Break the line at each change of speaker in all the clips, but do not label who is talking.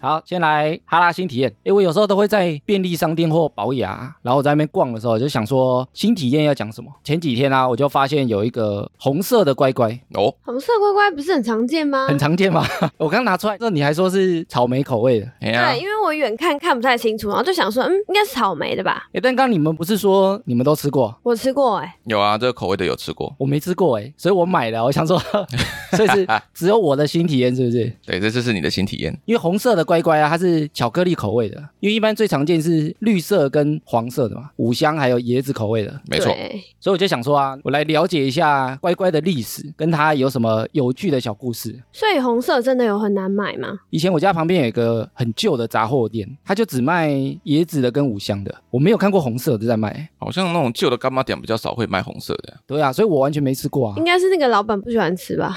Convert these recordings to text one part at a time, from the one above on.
好，先来哈拉新体验。诶，我有时候都会在便利商店或保雅，然后我在那边逛的时候，就想说新体验要讲什么。前几天啊，我就发现有一个红色的乖乖，
哦，
红色乖乖不是很常见吗？
很常见嘛。 我刚拿出来，这你还说是草莓口味的。
哎
对，
呀，
因为我远看看不太清楚，然后就想说，嗯，应该是草莓的吧？
诶，但刚你们不是说你们都吃过？
我吃过哎、
有啊，这个口味的有吃过。
我没吃过诶，所以我买了。我想说， 所以是只有我的新体验是不是？
对，这就是你的新体验。
因为红色的乖乖啊，它是巧克力口味的，因为一般最常见是绿色跟黄色的嘛，五香还有椰子口味的，
没错，
对
所以我就想说啊，我来了解一下乖乖的历史，跟它有什么有趣的小故事。
所以红色真的有很难买吗？
以前我家旁边有一个很旧的杂货店，它就只卖椰子的跟五香的，我没有看过红色的在卖。
好像那种旧的干妈店比较少会卖红色的。
对啊，所以我完全没吃过啊
应。该是那个老板不喜 欢吃吧，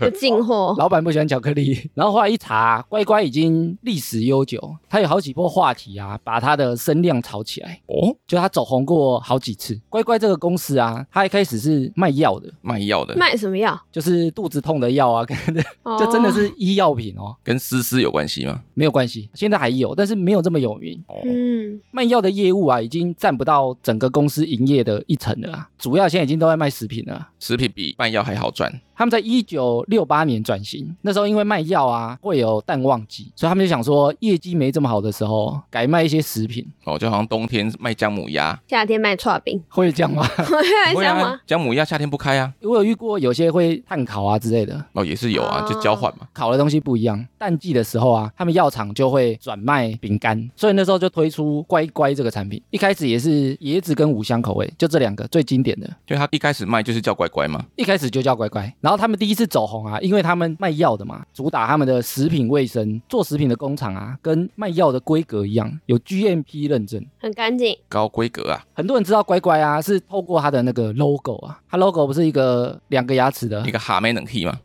不进货。
老板不喜欢巧克力， 然后后来一查，乖乖已经历史悠久，它有好几波话题啊，把它的声量炒起来。
哦，
就他走红过好几次。乖乖这个公司啊，他一开始是卖药的，
卖药的，
卖什么药？
就是肚子痛的药啊，跟
哦
就真的是医药品哦，
跟思思有关系吗？
没有关系。现在还有，但是没有这么有名。
哦，
嗯，
卖药的业务啊，已经占不到整个公司营业的一成了啊，主要现在已经都在卖食品了啊。
食品比卖药还好赚。
他们在一九六八年转型，那时候因为卖药啊会有淡旺季，所以他们就想说业绩没这么好的时候，改卖一些食品，
哦，就好像冬天卖姜母鸭，
夏天卖串饼，
会这样吗？
我开玩
不会
笑
啊
吗？，
姜母鸭夏天不开啊。
我有遇过有些会碳烤啊之类的，
哦，也是有啊，就交换嘛。
烤的东西不一样，淡季的时候啊，他们药厂就会转卖饼干，所以那时候就推出乖乖这个产品。一开始也是椰子跟五香口味，就这两个最经典的，
就他一开始卖就是叫乖乖嘛。
一开始就叫乖乖。然后他们第一次走红啊，因为他们卖药的嘛，主打他们的食品卫生，做食品的工厂啊，跟卖药的规格一样，有 GMP 认证。
很干净，
高规格啊，
很多人知道乖乖啊，是透过它的那个 logo 啊，它 logo 不是一个两个牙齿的
一，个哈没能 key 嘛，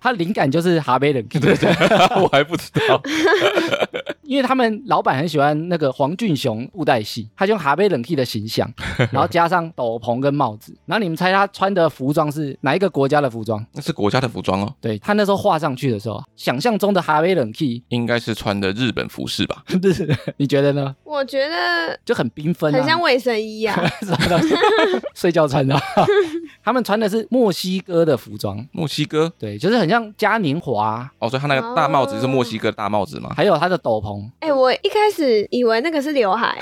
它灵感就是哈贝冷。
我还不知道。
因为他们老板很喜欢那个黄俊雄布袋戏，他就用哈贝冷气的形 象，然后加上斗篷跟帽子，然后你们猜他穿的服装是哪一个国家的服装？
那是国家的服装哦，
对他那时候画上去的时候，啊想象中的哈贝冷气，
应该是穿的日本服饰吧？
你觉得呢？
我觉得
就很缤纷、啊，
很像卫生衣啊。
什么东西睡觉穿的 啊。他们穿的是墨西哥的服装，
墨西哥
对，就是很像嘉年华啊，
哦，所以他那个大帽子是墨西哥大帽子嘛？
还有他的斗篷。
哎、我一开始以为那个是刘海，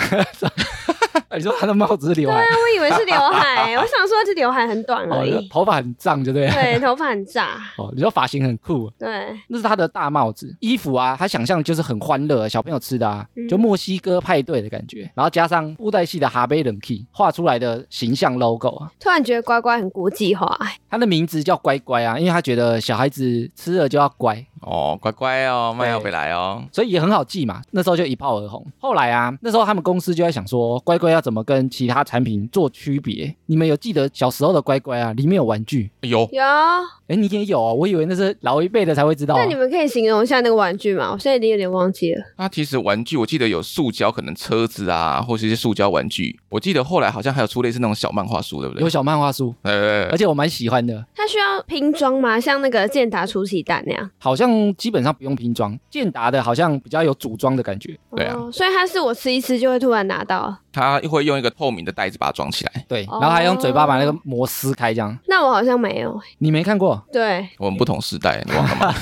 你说他的帽子是刘海，
我以为是刘海，我想说这刘海很短
哦
而已。
头发很胀，就对了。
啊对，头发很炸，
哦，你说发型很酷，
对，
那是他的大帽子、衣服啊，他想象就是很欢乐，小朋友吃的啊，
嗯
就墨西哥派对的感觉，然后加上布袋戏的哈贝冷 key 画出来的形象 logo 啊。
突然觉得乖乖很国际化、
他的名字叫乖乖啊，因为他觉得小孩子吃了就要乖，
哦，乖乖哦，卖药回来哦。
所以也很好记嘛。那时候就一炮而红。后来啊，那时候他们公司就在想说，乖乖要怎么跟其他产品做区别？你们有记得小时候的乖乖啊，里面有玩具？
有
有，啊
哎，你也有、哦，我以为那是老一辈的才会知道、啊
那。你们可以形容一下那个玩具吗？我现在已经有点忘记了。
它啊其实玩具，我记得有塑胶，可能车子啊，或是一些塑胶玩具。我记得后来好像还有出类似那种小漫画书，对不对
有？小漫画书，
呃
而，且我蛮喜欢的。
它需要拼装吗？像那个健达出奇蛋那样？
好像基本上不用拼装，健达的好像比较有组装的感觉。
对啊
哦，所以它是我吃一吃就会突然拿到。
它会用一个透明的袋子把它装起来。
对，
哦
然后还用嘴巴把那个膜撕开，这样。
那我好像没有。
你没看过，
对，
我们不同时代，你忘 了吗？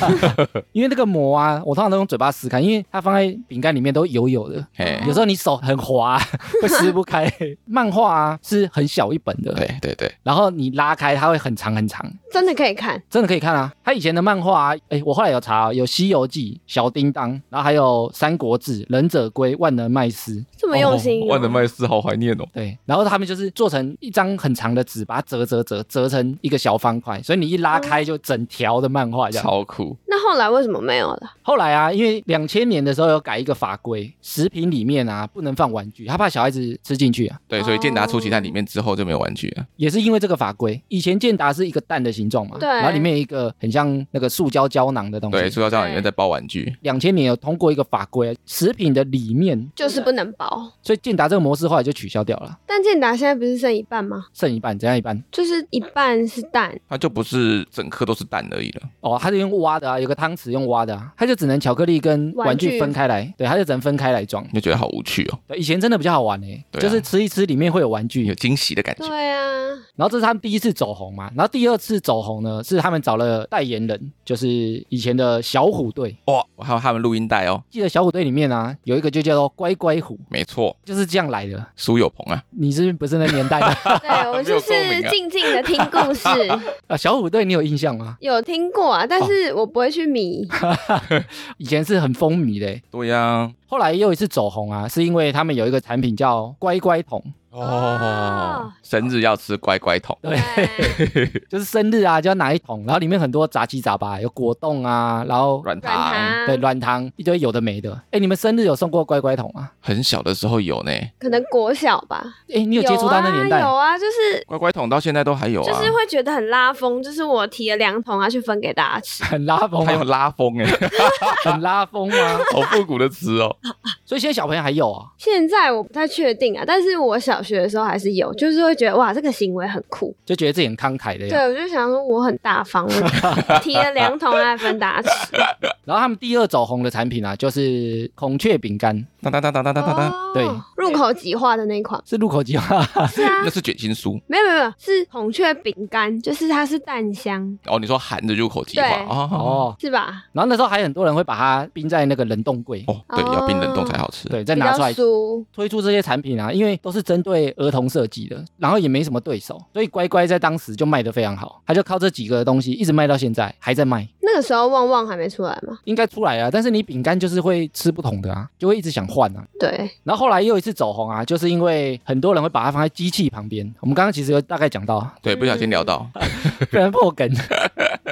因为那个膜啊，我通常都用嘴巴撕开，因为它放在饼干里面都油油的，
嘿，
有时候你手很滑， 会撕不开。漫画啊是很小一本的，
对对对，
然后你拉开它会很长很长，
真的可以看。
真的可以看啊。他以前的漫画啊，哎，我后来有查、哦，有《西游记》《小叮当》，然后还有《三国志》《忍者龟》《万能麦斯》。
这么用
哦
心、
万能哦麦斯好怀念哦。
对，然后他们就是做成一张很长的纸，把它折折折折成一个小方块，所以你一拉开就整条的漫画这样。
超酷，
那后来为什么没有了？
后来啊，因为两千年的时候有改一个法规，食品里面啊不能放玩具，他怕小孩子吃进去啊。
对，所以健达出奇蛋里面之后就没有玩具了。
也是因为这个法规，以前健达是一个蛋的形状嘛，
对
然后里面有一个很像那个塑胶胶囊的东
对，
西。
塑胶箱里面在包玩具，
两千年有通过一个法规，食品的里面，
就是不能包。
所以健达这个模式后来就取消掉了，
但健达现在不是剩一半吗？
剩一半，怎样一半？
就是一半是蛋，
它就不是整颗都是蛋而已了。
哦，它是用挖的啊，有个汤匙用挖的啊，它就只能巧克力跟玩
玩
具
具
分开来，对，它就只能分开来装。
你就觉得好无趣哦，
对，以前真的比较好玩诶、
对啊
就是吃一吃里面会有玩具
有，惊喜的感觉。
对啊，
然后这是他们第一次走红嘛，然后第二次走红呢是他们找了代言人，就是以前的小虎队，
哇，我还有他们录音带哦，
记得小虎队里面啊有一个就叫做乖乖虎，
没错，
就是这样来的。
苏有朋啊，
你是不是那年代 的
对我
没
就
有
是
共鸣啊
静静的听故事，
啊？小虎队你有印象吗？
有听过啊，但是我不会去迷。
以前是很风靡的欸、
对呀、
后来又一次走红啊，是因为他们有一个产品叫乖乖桶，
哦，
生日要吃乖乖桶，
哦对，就是生日啊就要拿一桶，然后里面很多杂七杂八，有果冻啊，然后
软
软
糖。
对
糖，
软糖一堆有的没的。哎，你们生日有送过乖乖桶吗？
很小的时候有呢，
可能国小吧，
哎， 你有接触到那年代？
有啊有啊，就是
乖乖桶到现在都还有
就
啊。
是会觉得很拉风，就是我提了两桶啊去分给大家吃，
很拉风
还有
啊，
拉风哎，
很拉风吗？
好复古的词哦。
所以现在小朋友还有啊，
现在我不太确定啊，但是我小学的时候还是有，就是会觉得哇，这个行为很酷。
就觉得自己很慷慨的
对，
呀。
我就想说我很大方， 我提了两桶来分大家吃。
然后他们第二走红的产品啊，就是孔雀饼干，
当当当当当当当当，
哦
对
入口即化的那一款
是入口即化。
是啊
那，是卷心酥
没有没有没有，是孔雀饼干，就是它是蛋香，
哦。你说含着入口即化
对
哦
哦，
是吧？
然后那时候还很多人会把它冰在那个冷冻柜，
哦，对，
哦
要冰冷冻才好吃。
对，再
比
拿
较
出来
酥，
推出这些产品啊，因为都是针对儿童设计的，然后也没什么对手，所以乖乖在当时就卖得非常好，他就靠这几个东西一直卖到现在，还在卖。
那个时候旺旺还没出来嘛？
应该出来啊，但是你饼干就是会吃不同的啊，就会一直想换啊。
对，
然后后来又一次走红啊，就是因为很多人会把它放在机器旁边。我们刚刚其实有大概讲到 啊，
对，不小心聊到，
不然破梗。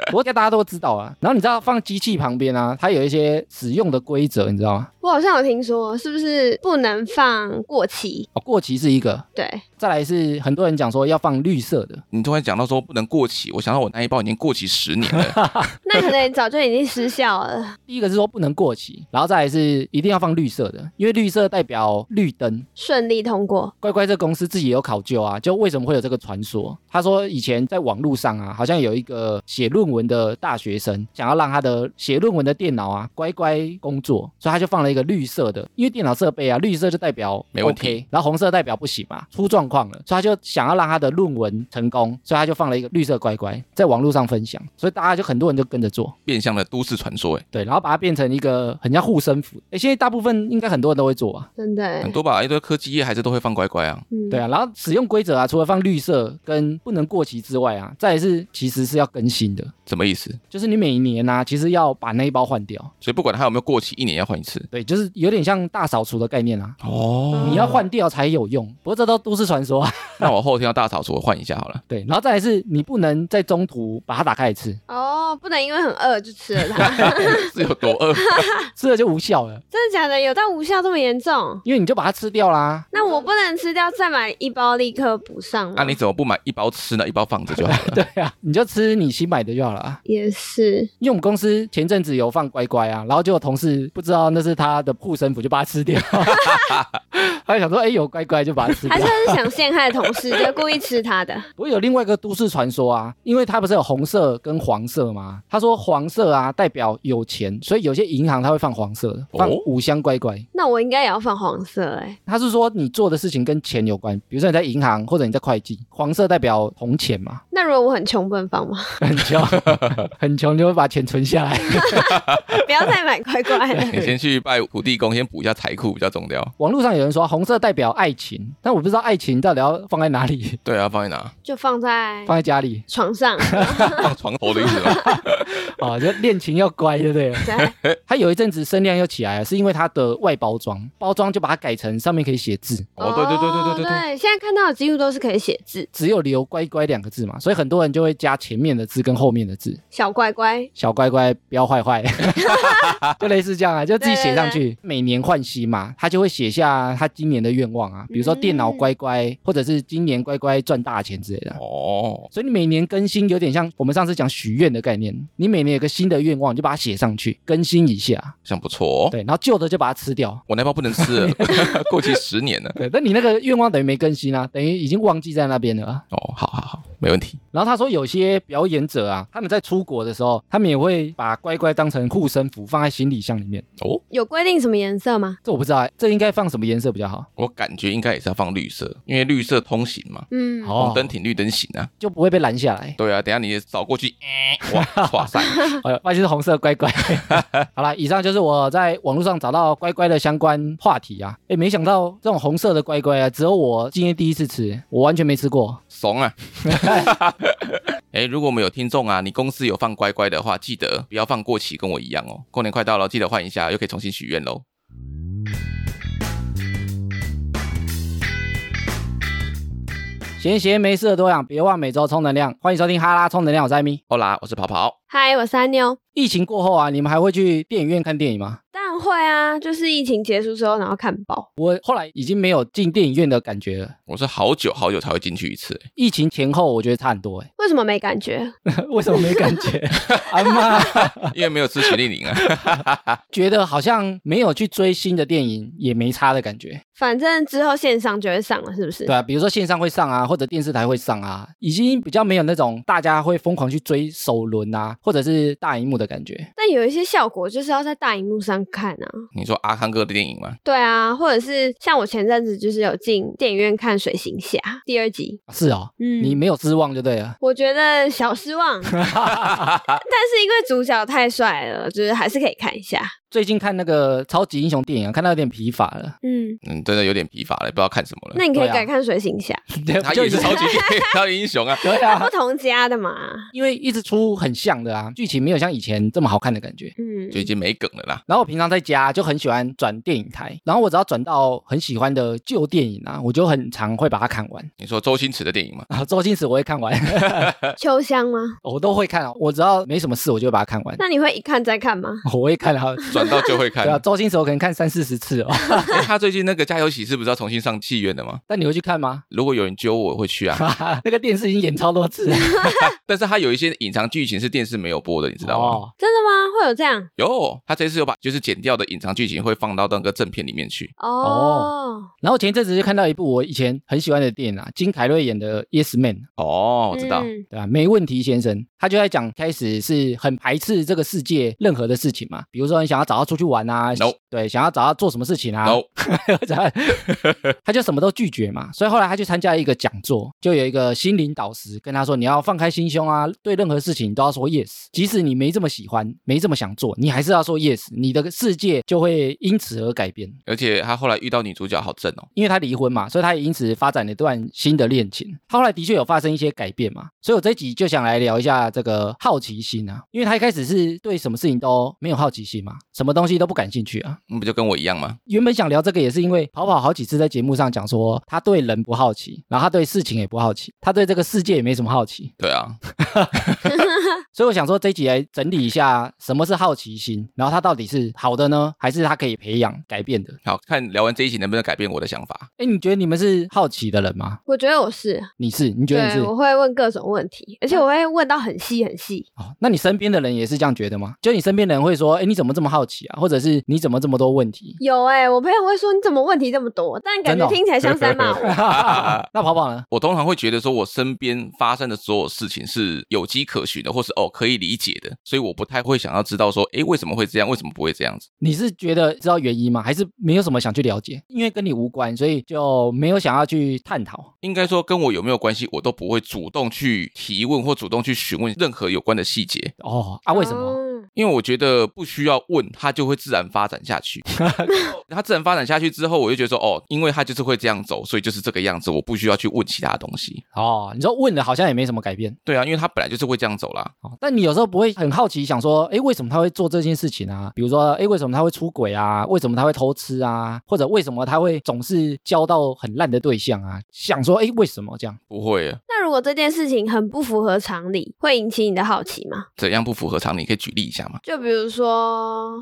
不过应该大家都知道啊。然后你知道放机器旁边啊，它有一些使用的规则，你知道吗？
我好像有听说，是不是不能放过期？
哦，过期是一个，
对，
再来是很多人讲说要放绿色的，
你突然讲到说不能过期，我想到我那一包已经过期十年了。
那可能早就已经失效了，
第一个是说不能过期，然后再来是一定要放绿色的，因为绿色代表绿灯。
顺利通过。
乖乖这公司自己有考究啊，就为什么会有这个传说？他说以前在网络上啊，好像有一个写论文的大学生，想要让他的写论文的电脑啊乖乖工作，所以他就放了一个绿色的，因为电脑设备啊绿色就代表
没问
OK,
题
然后红色代表不行嘛，出状况了，所以他就想要让他的论文成功，所以他就放了一个绿色乖乖在网络上分享，所以大家就很多人就跟着做。
变相的都市传说，哎，
对，然后把它变成一个很像护身符。诶，现在大部分应该很多人都会做啊吧？
真的欸
很，多吧，一堆科技业还是都会放乖乖啊。
嗯，
对啊，然后使用规则啊，除了放绿色跟不能过期之外啊，再来是其实是要更新的，
什么意思？
就是你每一年啊，其实要把那一包换掉。
所以不管它有没有过期，一年要换一次。
对，就是有点像大扫除的概念啊，
哦
你要换掉才有用。不过这都都市传说啊。
那我后天要大扫除，我换一下好了。
对，然后再来是你不能在中途把它打开来吃，
哦，不能因为很饿就吃了它，
是有多饿？
吃了就无效了，
真的假的？有到无效这么严重？嗯
因为你就把它吃掉啦。
那我不能吃掉，再买一包立刻补上吗。
那、你怎么不买一包吃呢？一包放着就好了。
对啊，你就吃你新买的就好了啊。
也是，
因为我们公司前阵子有放乖乖啊，然后就有同事不知道那是他的护身符，就把它吃掉。 他就想说，哎、有乖乖就把它吃掉
还是。他是想陷害同事，就故意吃他的。
不过有另外一个都市传说啊，因为它不是有红色跟黄色吗？他说黄色啊代表有钱，所以有些银行它会放黄色的，
哦
放五香乖乖。
那我应该也要放黄色哎、
他是说你做的事情跟钱有关，比如说你在银行或者你在会计，黄色代表铜钱 嘛，
那如果我很穷，不能放 吗？
很穷，很穷就会把钱存下来。
不要再买乖乖了。
你先去拜土地公，先补一下财库比较重要。
网络上有人说红色代表爱情，但我不知道爱情到底要放在哪里，
对啊，放在哪？
就放在
放在家里。
床上。
放床头的意思吗？
哦，就恋情要乖，对不对？
对
他有一阵子声量又起来了，是因为它的外包装，包装就把它改成上面可以写字，
哦，对对对对对对对，
现在看到的几乎都是可以写字，
只有留“乖乖”两个字嘛，所以很多人就会加前面的字跟后面的字，
小乖乖。
小乖乖不要坏坏，就类似这样啊，就自己写上去。每年换新嘛，他就会写下他今年的愿望啊，比如说电脑乖乖，或者是今年乖乖赚大钱之类的。
哦，
所以你每年更新有点像我们上次讲许愿的概念。你每年有个新的愿望，你就把它写上去，更新一下。
像不错哦。
对，然后旧的就把它吃掉。
我那包不能吃了， 过期十年了。
对，但你那个愿望等于没更新啊，等于已经忘记在那边了啊、
哦，好好好，没问题。
然后他说，有些表演者啊，他们在出国的时候，他们也会把乖乖当成护身符放在行李箱里面。
哦，
有规定什么颜色吗？
这我不知道、欸，这应该放什么颜色比较好，
我感觉应该也是要放绿色，因为绿色通行嘛，
嗯，
好
红灯停绿灯行啊。
哦就不会被拦下 来。
对啊，等一下你也扫过去， 嗯哇，哇塞，
哎呦，外就是红色乖乖。 好啦，以上就是我在网络上找到乖乖的相关话题啊。哎，没想到这种红色的乖乖啊，只有我今天第一次吃，我完全没吃过。
怂啊！哎，如果我们有听众啊，你公司有放乖乖的话，记得不要放过期，跟我一样哦。过年快到了，记得换一下，又可以重新许愿喽。
闲闲没事的多养，别忘每周充能量。欢迎收听哈拉充能量，我是艾米。
好啦，我是跑跑。
嗨，我是安妞。
疫情过后啊，你们还会去电影院看电影吗？
当然会啊，就是疫情结束之后，然后看报。
我后来已经没有进电影院的感觉了。
我是好久好久才会进去一次， 哎
疫情前后我觉得差很多哎、
为什么没感觉？
为什么没感 觉？阿妈
因为没有吃雪莉玲啊。
觉得好像没有去追新的电影也没差的感觉。
反正之后线上就会上了，是不是？
对啊，比如说线上会上啊，或者电视台会上啊，已经比较没有那种大家会疯狂去追首轮啊，或者是大荧幕的感觉。
但有一些效果就是要在大荧幕上看啊。
你说阿康哥的电影吗？
对啊，或者是像我前阵子就是有进电影院看《水行侠》第二集，
是哦，
嗯
你没有失望就对了。
我觉得小失 望，但是因为主角太帅了，就是还是可以看一下。嗯
最近看那个超级英雄电影啊，看到有点疲乏 了。
嗯，
嗯，真的有点疲乏了，不知道看什么了。
那你可以
对啊
改看《水行侠
他也是超级超级英雄啊。》，
对
不
啊，
同家的嘛。
因为一直出很像的啊，剧情没有像以前这么好看的感觉。
嗯
就已经没梗了啦。
然后我平常在家就很喜欢转电影台，然后我只要转到很喜欢的旧电影啊，我就很常会把它看完
你说周星驰的电影吗？
啊。周星驰我会看完，
秋香吗？
我都会看啊。我只要没什么事，我就会把它看完。
那你会一看再看吗？
我会看 啊，
转到就会看
对。啊，周星驰我可能看三四十次哦。
诶他最近那个《家有喜事》不是要重新上戏院的吗？
但你会去看吗？
如果有人揪我，我会去啊。
那个电视已经演超多次了，
但是他有一些隐藏剧情是电视没有播 的，你知道吗？
哦？
真的吗？会有这样？
有，他这次有把就是剪掉的隐藏剧情会放到那个正片里面去。
哦，
哦然后前一阵子就看到一部我以前很喜欢的电影啊，金凯瑞演的《Yes Man》，
哦，我知道。
嗯
对吧、啊没问题先生，他就在讲开始是很排斥这个世界任何的事情嘛，比如说你想要找他出去玩啊
No
对，想要找他做什么事情啊
然后
他就什么都拒绝嘛，所以后来他去参加一个讲座，就有一个心灵导师跟他说，你要放开心胸啊，对任何事情都要说 yes，即使你没这么喜欢，没这么想做，你还是要说 yes，你的世界就会因此而改变。
而且他后来遇到女主角好正哦，
因为他离婚嘛，所以他也因此发展了一段新的恋情。他后来的确有发生一些改变嘛，所以我这一集就想来聊一下这个好奇心啊，因为他一开始是对什么事情都没有好奇心嘛，什么东西都不感兴趣啊。
那不就跟我一样吗？
原本想聊这个也是因为跑跑好几次在节目上讲说，他对人不好奇，然后他对事情也不好奇，他对这个世界也没什么好奇，
对啊，
所以我想说这一集来整理一下什么是好奇心，然后他到底是好的呢，还是他可以培养改变的？
好看聊完这一集能不能改变我的想法？
哎，你觉得你们是好奇的人吗？
我觉得我是，
你是？你觉得你是嗯
对，？我会问各种问题，而且我会问到很细很细。
哦，那你身边的人也是这样觉得吗？就你身边的人会说，哎，你怎么这么好奇啊？或者是你怎么这么多问题？
有哎、我朋友会说你怎么问题这么多，但感
真的
觉
哦
听起来像是在骂 我。
那跑跑呢？
我通常会觉得说，我身边发生的所有事情是有迹可循的，或是哦可以理解的，所以我不太会想要知道说，诶，为什么会这样，为什么不会这样子？
你是觉得知道原因吗？还是没有什么想去了解？因为跟你无关，所以就没有想要去探讨。
应该说跟我有没有关系，我都不会主动去提问或主动去询问任何有关的细节，
哦，啊，为什么？
哦
因为我觉得不需要问，它就会自然发展下 去。它自然发展下去之后，我就觉得说，哦，因为它就是会这样走，所以就是这个样子，我不需要去问其他东西。
哦，你说问了好像也没什么改变。
对啊，因为它本来就是会这样走啦。
哦，但你有时候不会很好奇，想说，哎，为什么他会做这件事情啊？比如说，哎，为什么他会出轨啊？为什么他会偷吃啊？或者为什么他会总是交到很烂的对象啊？想说，哎，为什么这样？
不会啊，
那如如果这件事情很不符合常理，会引起你的好奇吗？
怎样不符合常理？可以举例一下吗？
就比如说， 哦，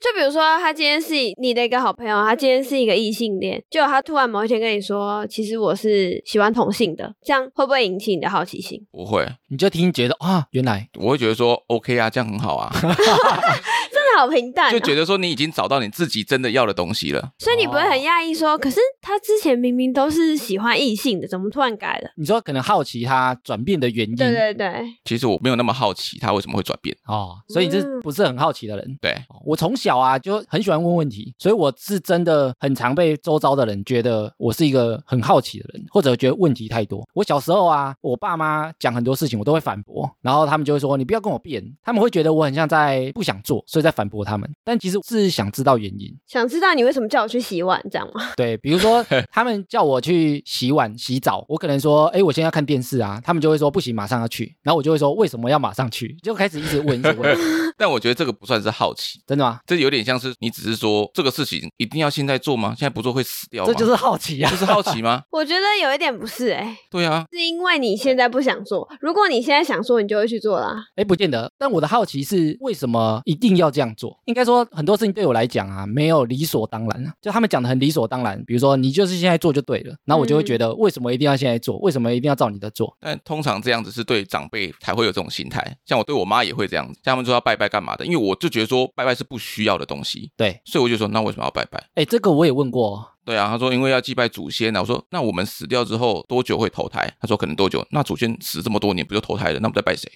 就比如说，他今天是你的一个好朋友，他今天是一个异性恋，结果他突然某一天跟你说，其实我是喜欢同性的，这样会不会引起你的好奇心？
不会，
你就听觉得啊，原来
我会觉得说 OK 啊，这样很 好啊，
真的好平淡、
就
哦，
觉得说你已经找到你自己真的要的东西了。
所以你不会
哦
很讶异说，可是他之前明明都是喜欢异性的，怎么突然改了？
你说可能好奇他转变的原因
对对对，
其实我没有那么好奇他为什么会转变。
哦，所以你是
嗯
不是很好奇的人？
对，
哦我从小啊就很喜欢问问题，所以我是真的很常被周遭的人觉得我是一个很好奇的人，或者觉得问题太多。我小时候啊，我爸妈讲很多事情，我都会反驳，然后他们就会说你不要跟我辩，他们会觉得我很像在不想做，所以在反驳他们。但其实是想知道原因。
想知道你为什么叫我去洗碗，这样吗？？
对，比如说他们叫我去洗碗、洗澡，我可能说，哎，我现在要看电视啊，他们就会说不行，马上要去。然后我就会说为什么要马上去？就开始一直问，一直问，
但我觉得这个不算是好奇，
真的吗？
这有点像是你只是说这个事情一定要现在做吗？现在不做会死掉吗？
这就是好奇啊
这。是好奇吗
我觉得有一点不是哎、
对啊，
是因为你现在不想做。如果你现在想做，你就会去做啦。
哎，不见得。但我的好奇是，为什么一定要这样做？应该说，很多事情对我来讲啊，没有理所当然啊。就他们讲的很理所当然，比如说你就是现在做就对了，然后我就会觉得，为什么一定要现在做？为什么一定要照你的做？
但通常这样子是对长辈才会有这种心态，像我对我妈也会这样子，像他们说要拜拜干嘛的，因为我就觉得说拜拜是不需要的东西，
对，
所以我就说那为什么要拜拜？
哎，这个我也问过哦，
对啊，他说因为要祭拜祖先啊。我说那我们死掉之后多久会投胎？他说可能多久？那祖先死这么多年不就投胎了？那我们再拜 谁？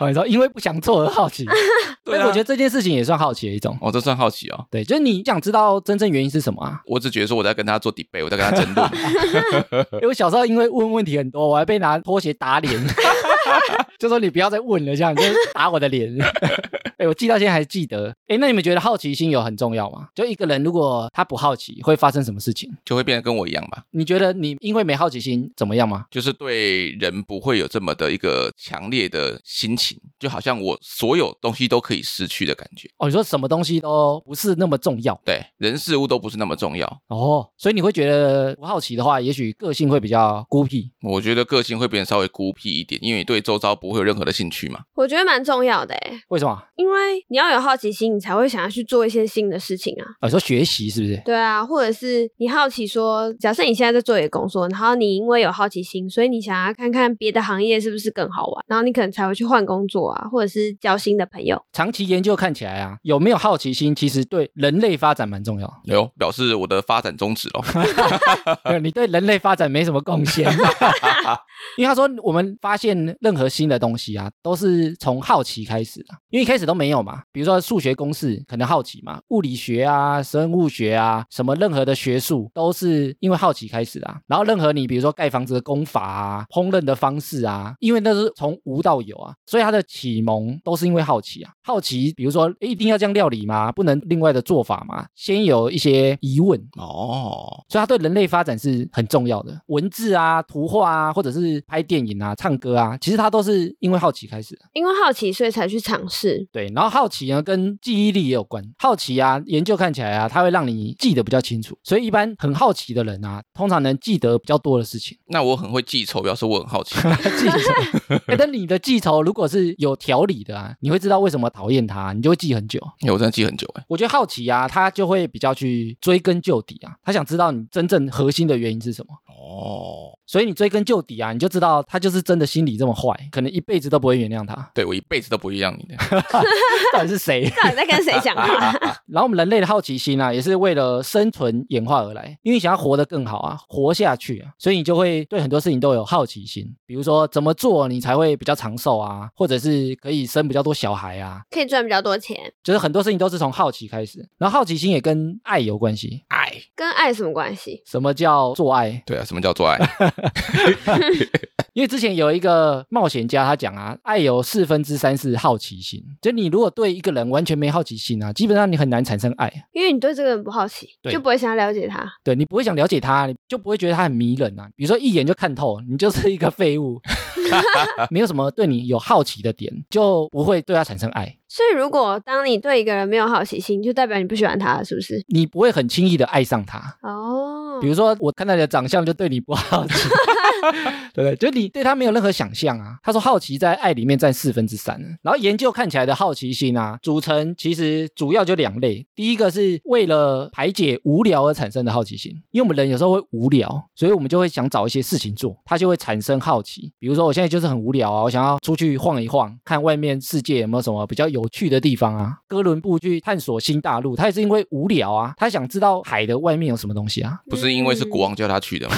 哦你说因为不想做而好奇，所以
对啊
我觉得这件事情也算好奇的一种。
哦，这算好奇哦。
对，就是你想知道真正原因是什么啊？
我只觉得说我在跟他做 debate，我在跟他争论。
因为我小时候因为问问题很多，我还被拿拖鞋打脸， 就说你不要再问了，这样你就打我的脸。 哎、我记到现在还记得。哎、那你们觉得好奇心有很重要吗？就一个人如果他不好奇，会发生什么事情？
就会变得跟我一样吧，
你觉得你因为没好奇心怎么样吗？
就是对人不会有这么的一个强烈的心情，就好像我所有东西都可以失去的感觉。
哦，你说什么东西都不是那么重要
对，人事物都不是那么重要。
哦，所以你会觉得不好奇的话，也许个性会比较孤僻。
我觉得个性会变得稍微孤僻一点，因为你对周遭不会有任何的兴趣嘛。
我觉得蛮重要的哎、
为什么？啊
因为你要有好奇心，你才会想要去做一些新的事情啊。
哦你说学习是不是？
对啊，或者是你好奇说，假设你现在在做一个工作，然后你因为有好奇心，所以你想要看看别的行业是不是更好玩，然后你可能才会去换工作啊，或者是交新的朋友。
长期研究看起来啊，有没有好奇心，其实对人类发展蛮重要。
有哎表示我的发展宗旨咯。
没有你对人类发展没什么贡献，因为他说我们发现任何新的东西啊，都是从好奇开始的，因为一开始都没有嘛。比如说数学公式，可能好奇嘛；物理学啊、生物学啊，什么任何的学术都是因为好奇开始的、啊。然后任何你比如说盖房子的工法啊、烹饪的方式啊，因为那是从无到有啊，所以它的启蒙都是因为好奇啊。好奇，比如说诶一定要这样料理吗？不能另外的做法吗？先有一些疑问，
哦，
所以它对人类发展是很重要的。文字啊、图画啊，或者是拍电影啊、唱歌啊，其实它都是因为好奇开始的。
因为好奇，所以才去尝试。
对，然后好奇呢跟记忆力也有关。好奇啊，研究看起来啊，它会让你记得比较清楚。所以一般很好奇的人啊，通常能记得比较多的事情。
那我很会记仇，表示我很好奇。哎
记仇，欸但你的记仇如果是有条理的啊，你会知道为什么讨厌他，你就会记很久。
因为我真的记很久哎。
我觉得好奇啊，他就会比较去追根究底啊，他想知道你真正核心的原因是什么。
哦，。
所以你追根究底啊，你就知道他就是真的心里这么坏，可能一辈子都不会原谅他
对我一辈子都不会让你的。
到底是谁？
到底在跟谁讲话？
然后我们人类的好奇心啊，也是为了生存演化而来，因为你想要活得更好啊，活下去啊，所以你就会对很多事情都有好奇心，比如说怎么做你才会比较长寿啊，或者是可以生比较多小孩啊，
可以赚比较多钱，
就是很多事情都是从好奇开始。然后好奇心也跟爱有关系。
爱，
跟爱什么关系？
什么叫做爱？
对啊，什么叫做爱？
因为之前有一个冒险家，他讲啊，爱有四分之三是好奇心。就你如果对一个人完全没好奇心啊，基本上你很难产生爱。
因为你对这个人不好奇，
对
就不会想要了解他。
对你不会想了解他，你就不会觉得他很迷人啊。比如说一眼就看透，你就是一个废物，没有什么对你有好奇的点，就不会对他产生爱。
所以如果当你对一个人没有好奇心，就代表你不喜欢他了，是不是？
你不会很轻易的爱上他。
哦
比，如说，我看到你的长相就对你不好奇，对不对？就你对他没有任何想象啊。他说好奇在爱里面占四分之三，然后研究看起来的好奇心啊，组成其实主要就两类，第一个是为了排解无聊而产生的好奇心，因为我们人有时候会无聊，所以我们就会想找一些事情做，它就会产生好奇。比如说我现在就是很无聊啊，我想要出去晃一晃，看外面世界有没有什么比较有趣的地方啊。哥伦布去探索新大陆，他也是因为无聊啊，他想知道海的外面有什么东西啊。
不是因为是国王叫他去的吗？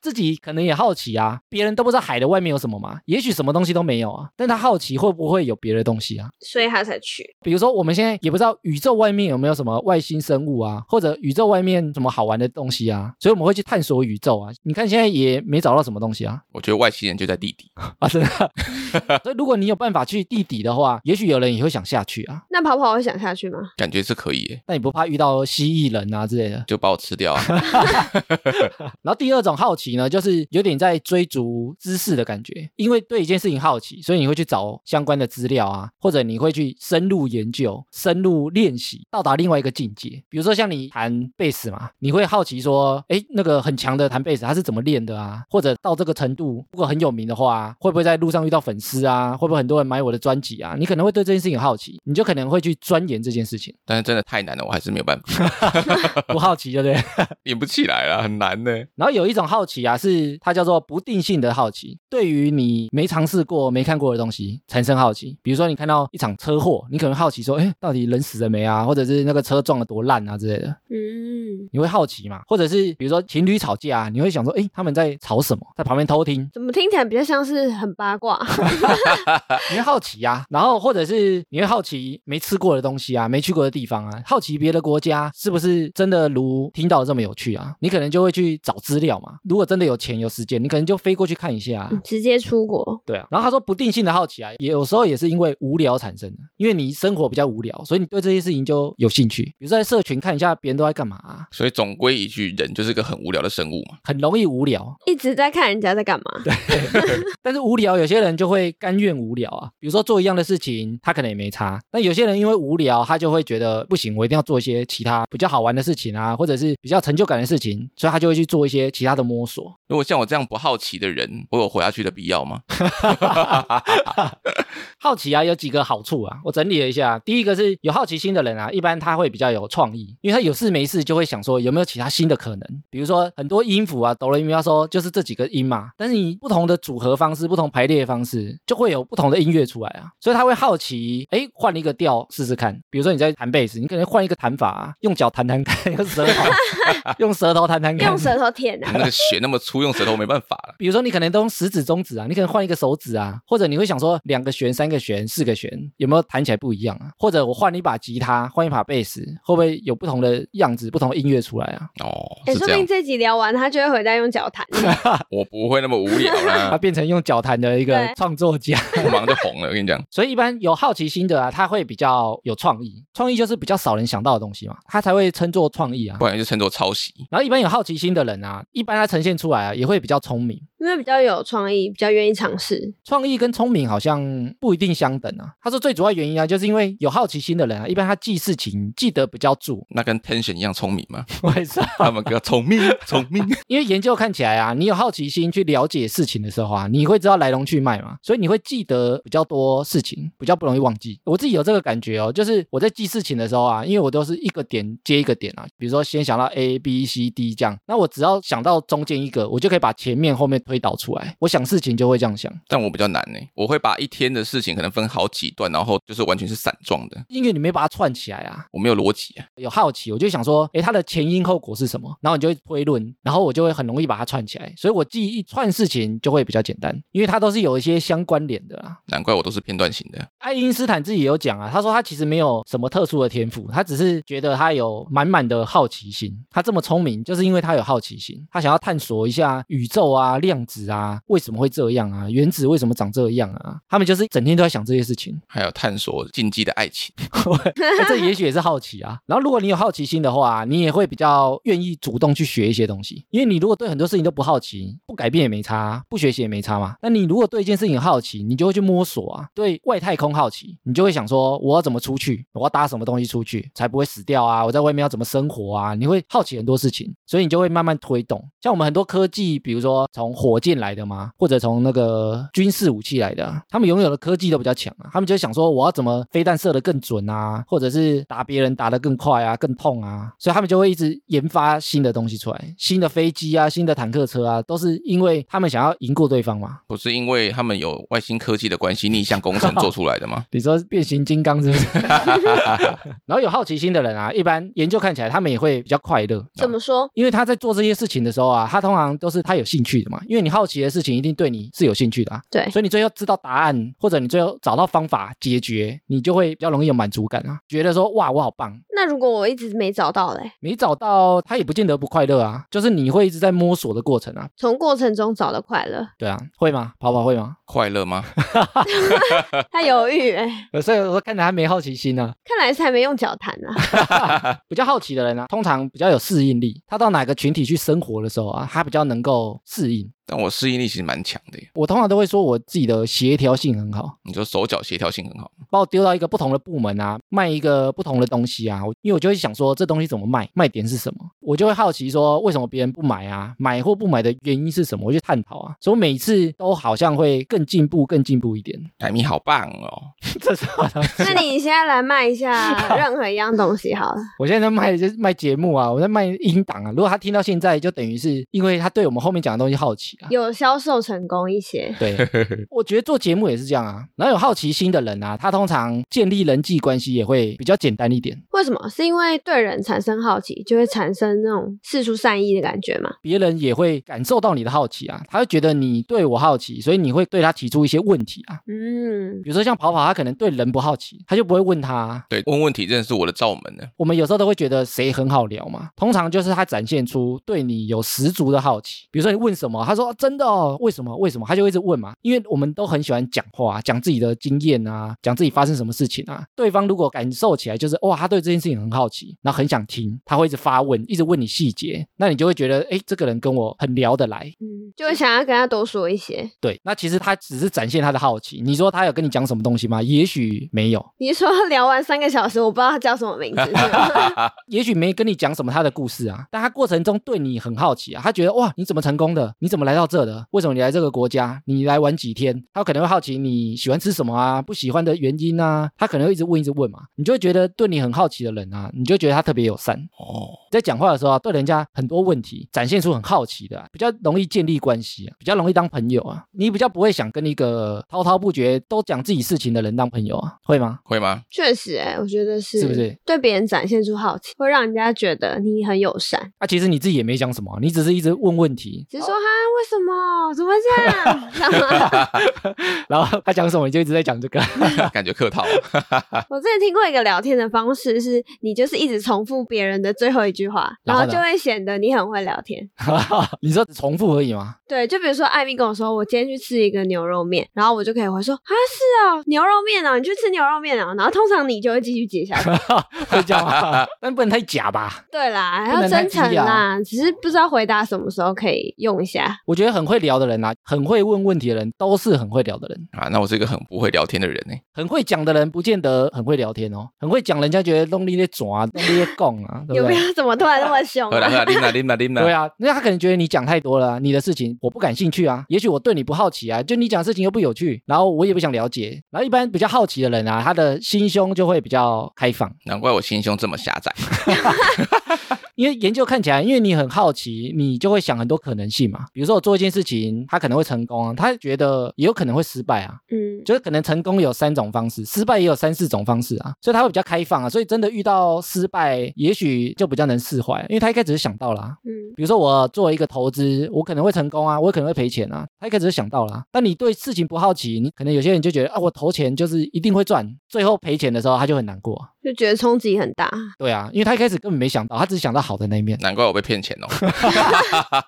自己可能也好奇啊，别人都不知道海的外面有什么嘛，也许什么东西都没有啊，但他好奇会不会有别的东西啊？
所以他才去。
比如说我们现在也不知道宇宙外面有没有什么外星生物啊，或者宇宙外面什么好玩的东西啊，所以我们会去探索宇宙啊。你看现在也没找到什么东西啊，
我觉得外星人就在地底，
啊真的。 所以如果你有办法去地底的话，也许有人也会想下去啊。
那跑跑会想下去吗？
感觉是可以耶，
那你不怕遇到蜥蜴人啊之类的？
就把我吃掉啊！
然后第二种好奇呢，就是有点在追逐知识的感觉，因为对一件事情好奇，所以你会去找相关的资料啊，或者你会去深入研究、深入练习，到达另外一个境界。比如说像你弹贝斯嘛，你会好奇说，哎，那个很强的弹贝斯他是怎么练的啊？或者到这个程度，如果很有名的话，会不会在路上遇到粉丝啊？会不会很多人买我的专辑啊？你可能会对这件事情有好奇，你就可能会去钻研这件事情，
但是真的太难了，我还是没有办法，
不好奇对不对？
演不起来了，很难呢。
然后有一种好奇啊，是它叫做不定性的好奇，对于你没尝试过、没看过的东西产生好奇。比如说你看到一场车祸，你可能好奇说，哎，到底人死了没啊？或者是那个车撞了多烂啊之类的，
嗯，
你会好奇嘛？或者是比如说情侣吵架、啊，你会想说，哎，他们在吵什么？在旁边偷听，
怎么听起来比较像是很八 卦？
你会好奇啊。然后或者是你会好奇没吃过的东西啊，没去过的地方啊，好奇别的国家是不是真的如听到的这么有趣啊？你可能就会去找资料嘛。如果真的有钱有时间，你可能就飞过去看一下、啊。
直接出国，
对啊，然后他说不定性的好奇啊，也有时候也是因为无聊产生的，因为你生活比较无聊，所以你对这些事情就有兴趣。比如说在社群看一下别人都在干嘛、啊，
所以总归一句，人就是个很无聊的生物嘛。
很容易无聊。
一直在看人家在干嘛。
但是无聊有些人就会甘愿无聊啊，比如说做一样的事情，他可能也没差。但有些人因为无聊，他就会觉得不行，我一定要做一些其他比较好玩的事情啊，或者是比较成就感的事情，所以他就会去做一些其他的摸索。
如果像我这样不好奇的人，我有活下去的必要吗？
好奇啊，有几个好处啊，我整理了一下。第一个是有好奇心的人啊，一般他会比较有创意，因为他有事没事就会想说有没有其他新的可能。比如说很多音符啊，哆来咪发嗦就是这几个音嘛，但是你不同的组合方式、不同排列方式，就会有不同的音乐出来啊。所以他会好奇，哎，换一个调试试看。比如说你在弹贝斯，你可能换一个弹法、啊，用脚弹弹看，用舌头用舌头弹弹看，
用舌头舔啊，
那个血那么粗，用舌头没办法了。
比如说你可能都用食指、中指啊，你可能换一个手指啊，或者你会想说两个弦、三个弦、四个弦有没有弹起来不一样啊？或者我换一把吉他，换一把贝斯，会不会有不同的样子、不同的音乐出来啊？
哦，
哎、
是
说
这
不
样
定，这集聊完，他就会回家用脚弹。
我不会那么无聊
他
啦，
变成用脚弹的一个
对
创作家，
我马上就红了。我跟你讲，
所以一般有好奇心的啊，他会比较有创意，创意就是比较少人想到的东西嘛，他才会称作创意啊
不。然就称作抄袭。
然后一般有好奇心的人啊，一般他呈现出来啊，也会比较聪明。
因为比较有创意，比较愿意尝试。
创意跟聪明好像不一定相等啊。他说最主要原因啊，就是因为有好奇心的人啊，一般他记事情记得比较住。
那跟 tension 一样聪明吗？
为什么？
他们哥聪明，聪明。
因为研究看起来啊，你有好奇心去了解事情的时候啊，你会知道来龙去脉嘛，所以你会记得比较多事情，比较不容易忘记。我自己有这个感觉哦，就是我在记事情的时候啊，因为我都是一个点接一个点啊，比如说先想到 A B C D 这样，那我只要想到中间一个，我就可以把前面后面推导出来。我想事情就会这样想，
但我比较难呢，我会把一天的事情可能分好几段，然后就是完全是散状的，
因为你没把它串起来啊，
我没有逻辑啊。
有好奇，我就想说，诶，它的前因后果是什么？然后你就会推论，然后我就会很容易把它串起来，所以我记一串事情就会比较简单，因为它都是有一些相关联的啦。
难怪我都是片段型的。
爱因斯坦自己也有讲啊，他说他其实没有什么特殊的天赋，他只是觉得他有满满的好奇心。他这么聪明，就是因为他有好奇心，他想要探索一下宇宙啊、量子啊，为什么会这样啊，原子为什么长这样啊？他们就是就是整天都在想这些事情。
还有探索禁忌的爱情，
哎这也许也是好奇啊。然后如果你有好奇心的话，你也会比较愿意主动去学一些东西，因为你如果对很多事情都不好奇，不改变也没差啊，不学习也没差嘛。但你如果对一件事情好奇，你就会去摸索啊。对外太空好奇，你就会想说我要怎么出去，我要搭什么东西出去才不会死掉啊？我在外面要怎么生活啊？你会好奇很多事情，所以你就会慢慢推动。像我们很多科技，比如说从火箭来的嘛，或者从那个军事武器来的啊，他们拥有的科技都比较强啊。他们就想说我要怎么飞弹射得更准啊，或者是打别人打得更快啊、更痛啊，所以他们就会一直研发新的东西出来，新的飞机啊、新的坦克车啊，都是因为他们想要赢过对方嘛。
不是因为他们有外星科技的关系，逆向工程做出来的吗？
你说变形金刚是 不是？然后有好奇心的人啊，一般研究看起来他们也会比较快乐。
怎么说？
因为他在做这些事情的时候啊，他通常都是他有兴趣的嘛，因为你好奇的事情一定对你是有兴趣的啊，
对，
所以你最后知道答案，或者你最后找到方法解决，你就会比较容易有满足感啊，觉得说哇我好棒，
那如果我一直没找到嘞，
没找到他也不见得不快乐啊，就是你会一直在摸索的过程啊，
从过程中找到快乐，
对啊，会吗？跑跑会吗？
快乐吗？
他犹豫哎、
呃所以我说看着他没好奇心啊，
看来是还没用脚谈啊。
比较好奇的人啊，通常比较有适应力，他到哪个群体去生活的时候啊，他比较能够适应。
但我适应力其实蛮强的耶，
我通常都会说我自己的协调性很好，
你说手脚协调性很好，
把我丢到一个不同的部门啊，卖一个不同的东西啊，我因为我就会想说这东西怎么卖，卖点是什么，我就会好奇说为什么别人不买啊，买或不买的原因是什么，我去探讨啊，所以我每次都好像会更进步，更进步一点。
艾米好棒哦！
这是我的，
那你现在来卖一下任何一样东西好了，
我现在在卖的就是卖节目啊，我在卖音档啊。如果他听到现在，就等于是因为他对我们后面讲的东西好奇啊。
有销售成功一些，
对，我觉得做节目也是这样啊。然后有好奇心的人啊，他通常建立人际关系也会比较简单一点。
为什么？是因为对人产生好奇，就会产生那种事出善意的感觉嘛？
别人也会感受到你的好奇啊，他会觉得你对我好奇，所以你会对他提出一些问题啊。
嗯，
比如说像跑跑，他可能对人不好奇，他就不会问他啊、
对，问问题真的是我的罩门呢。
我们有时候都会觉得谁很好聊嘛，通常就是他展现出对你有十足的好奇。比如说你问什么，他说、哦真的哦，为什么？为什么？他就一直问嘛，因为我们都很喜欢讲话、讲自己的经验啊，讲自己发生什么事情啊。对方如果感受起来就是哇，他对这件事情很好奇，然后很想听，他会一直发问，一直问你细节，那你就会觉得哎，这个人跟我很聊得来。
嗯，就会想要跟他多说一些。
对，那其实他只是展现他的好奇。你说他有跟你讲什么东西吗？也许没有，
你说聊完三个小时，我不知道他叫什么名字，是吗
也许没跟你讲什么他的故事啊，但他过程中对你很好奇啊，他觉得哇，你怎么成功的？你怎么来到这的？为什么你来这个国家？你来玩几天？他可能会好奇你喜欢吃什么啊，不喜欢的原因啊，他可能会一直问一直问嘛，你就会觉得对你很好奇的人啊，你就会觉得他特别友善，
哦，
在讲话的时候啊，对人家很多问题展现出很好奇的啊、比较容易建立关系啊，比较容易当朋友啊，你比较不会想跟一个滔滔不绝都讲自己事情的人当朋友啊，会吗？
会吗？
确实、欸，我觉得是，
是不是
对别人展现出好奇，会让人家觉得你很友善，
啊，其实你自己也没讲什么啊，你只是一直问问题，
只是说哈，为什么，怎么会这样这样 吗？
然后他讲什么你就一直在讲这个。
感觉客套。
我之前听过一个聊天的方式是，你就是一直重复别人的最后一句话，
然
然
后
后
呢
就会显得你很会聊天。
你说只重复而已吗？
对，就比如说艾米跟我说，我今天去吃一个牛肉面，然后我就可以回说啊，是啊，牛肉面啊，你去吃牛肉面啊。然后通常你就会继续 接下去。
会这样吗？ 但不能太假吧？
对啦，还
不
要
能太
真诚
低啊
啦，只是不知道回答什么时候可以用一下。
我觉得很会聊的人啊，很会问问题的人，都是很会聊的人。
啊，那我是一个很不会聊天的人呢。
很会讲的人，不见得很会聊天哦。很会讲，人家觉得弄力在抓，弄力在拱啊，对
有
不
没
对？
有怎么突然那么凶、
喝啦
啊？
喝啦，琳娜琳娜琳娜。
对啊，那他可能觉得你讲太多了啊、你的事情我不感兴趣啊，也许我对你不好奇啊，就你讲的事情又不有趣，然后我也不想了解。然后一般比较好奇的人啊，他的心胸就会比较开放。
难怪我心胸这么狭窄。
因为研究看起来，因为你很好奇，你就会想很多可能性嘛。比如说我做一件事情，它可能会成功啊，他觉得也有可能会失败啊，
嗯，
就是可能成功有三种方式，失败也有三四种方式啊，所以他会比较开放啊。所以真的遇到失败，也许就比较能释怀，因为他一开始就想到了、啊。
嗯，
比如说我做一个投资，我可能会成功啊，我也可能会赔钱啊，他一开始就想到了啊、但你对事情不好奇，你可能有些人就觉得啊，我投钱就是一定会赚，最后赔钱的时候他就很难过啊。
就觉得冲击很大。
对啊，因为他一开始根本没想到，他只想到好的那一面。
难怪我被骗钱哦。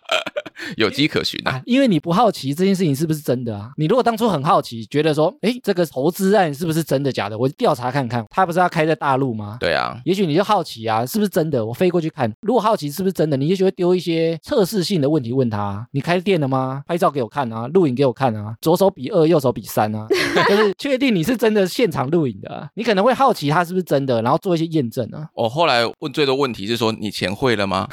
有迹可循啊。
因为你不好奇这件事情是不是真的啊。你如果当初很好奇，觉得说，诶，这个投资案是不是真的假的？我调查看看，他不是要开在大陆吗？
对啊，
也许你就好奇啊，是不是真的？我飞过去看，如果好奇是不是真的，你也许会丢一些测试性的问题问他：你开店了吗？拍照给我看啊，录影给我看啊，左手比二，右手比三啊，就是确定你是真的现场录影的啊、你可能会好奇他是不是真的，然后做一些验证啊。
我后来问最多问题是说你钱汇了吗？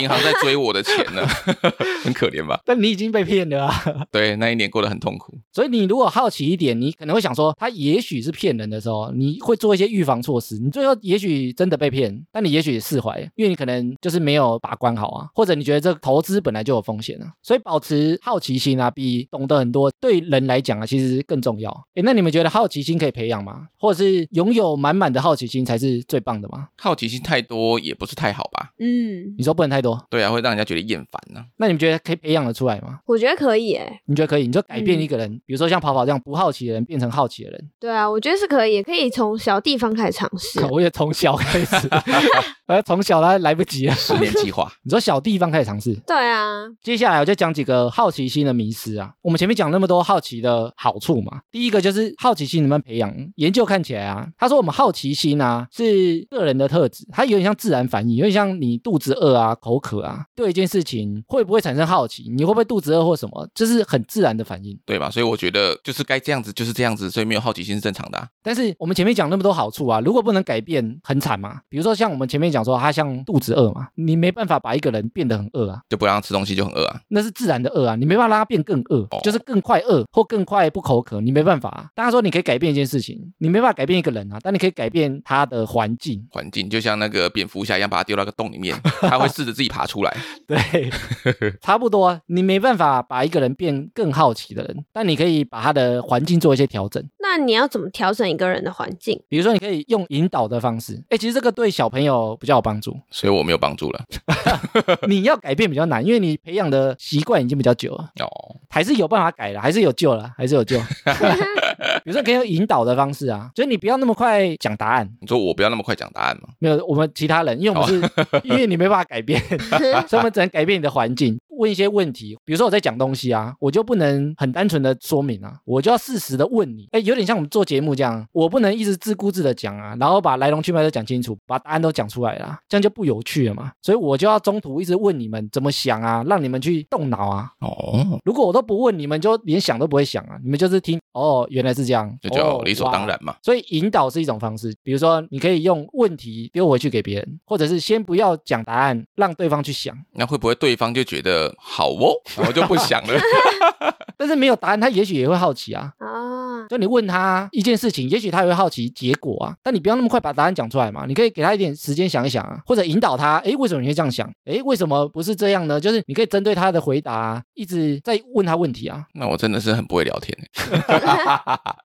银行在追我的钱呢， 很可怜吧？
但你已经被骗了啊，
对，那一年过得很痛苦。
所以你如果好奇一点，你可能会想说，他也许是骗人的时候，你会做一些预防措施。你最后也许真的被骗，但你也许也释怀，因为你可能就是没有把关好啊，或者你觉得这个投资本来就有风险啊。所以保持好奇心啊，比懂得很多对人来讲啊，其实更重要。诶，那你们觉得好奇心可以培养吗？或者是拥有满满的好奇心才是最棒的吗？
好奇心太多也不是太好吧？
嗯，
你说不能太多，
对啊，会让人家觉得厌烦啊呢、
那你们觉得可以培养得出来吗？
我觉得可以诶、
你觉得可以？你就改变一个人，比如说像跑跑这样不好奇的人变成好奇的人，
对啊，我觉得是可以，可以从小地方开始尝试。
我也从小开始，呃，从小他来不及了。
十年计划
你说小地方开始尝试，
对啊，
接下来我就讲几个好奇心的迷失啊。我们前面讲那么多好奇的好处嘛，第一个就是好奇心能不能培养？研究看起来啊，他说我们好奇心啊是个人的特质，它有点像自然反应，有点像你肚子饿啊、口渴啊，对一件事情会不会产生好奇，你会不会肚子饿或什么，这是很自然的反应。
对吧？所以我觉得就是该这样子，就是这样子，所以没有好奇心是正常的、啊。
但是我们前面讲那么多好处啊，如果不能改变，很惨嘛。比如说像我们前面讲说，他像肚子饿嘛，你没办法把一个人变得很饿啊，
就不让他吃东西就很饿啊。
那是自然的饿啊，你没办法让他变更饿，就是更快饿或更快不口渴，你没办法、啊。大家说你可以改变一件事情，你没办法改变一个人啊，但你可以改变他的环 境。
环境就像那个蝙蝠侠一样，把它丢到个洞里面，它会试着自己爬 出来。
对， 差不多啊，你没办法把一个人变更好奇的人，但你可以把他的环境做一些调整。
那你要怎么调整一个人的环境？
比如说，你可以用引导的方式，哎，其实这个对小朋友比较有帮助。
所以我没有帮助了。
你要改变比较难，因为你培养的习惯已经比较久了。
哦，
还是有办法改了，还是有救了，还是有救。比如说，可以用引导的方式啊，就是你不要那么快讲答案。
你说我不要那么快讲答案嘛？
没有，我们其他人，因为我们是， 因为你没办法改变，所以我们只能改变你的环境，问一些问题。比如说我在讲东西啊，我就不能很单纯的说明啊，我就要适时的问你。哎，有点像我们做节目这样，我不能一直自顾自的讲啊，然后把来龙去脉都讲清楚，把答案都讲出来啦，这样就不有趣了嘛。所以我就要中途一直问你们怎么想啊，让你们去动脑啊，
哦，
如果我都不问，你们就连想都不会想啊，你们就是听哦，原来是这样，
这叫
哦
理所
哇
当。然嘛。
所以引导是一种方式，比如说你可以用问题丢回去给别人，或者是先不要讲答案，让对方去想。
那会不会对方就觉得好哦，然后就不想了？
但是没有答案，他也许也会好奇啊。
啊，
就你问他一件事情，也许他也会好奇结果啊。但你不要那么快把答案讲出来嘛，你可以给他一点时间想一想啊，或者引导他，诶，为什么你会这样想？诶，为什么不是这样呢？就是你可以针对他的回答、啊，一直在问他问题啊。
那我真的是很不会聊天欸。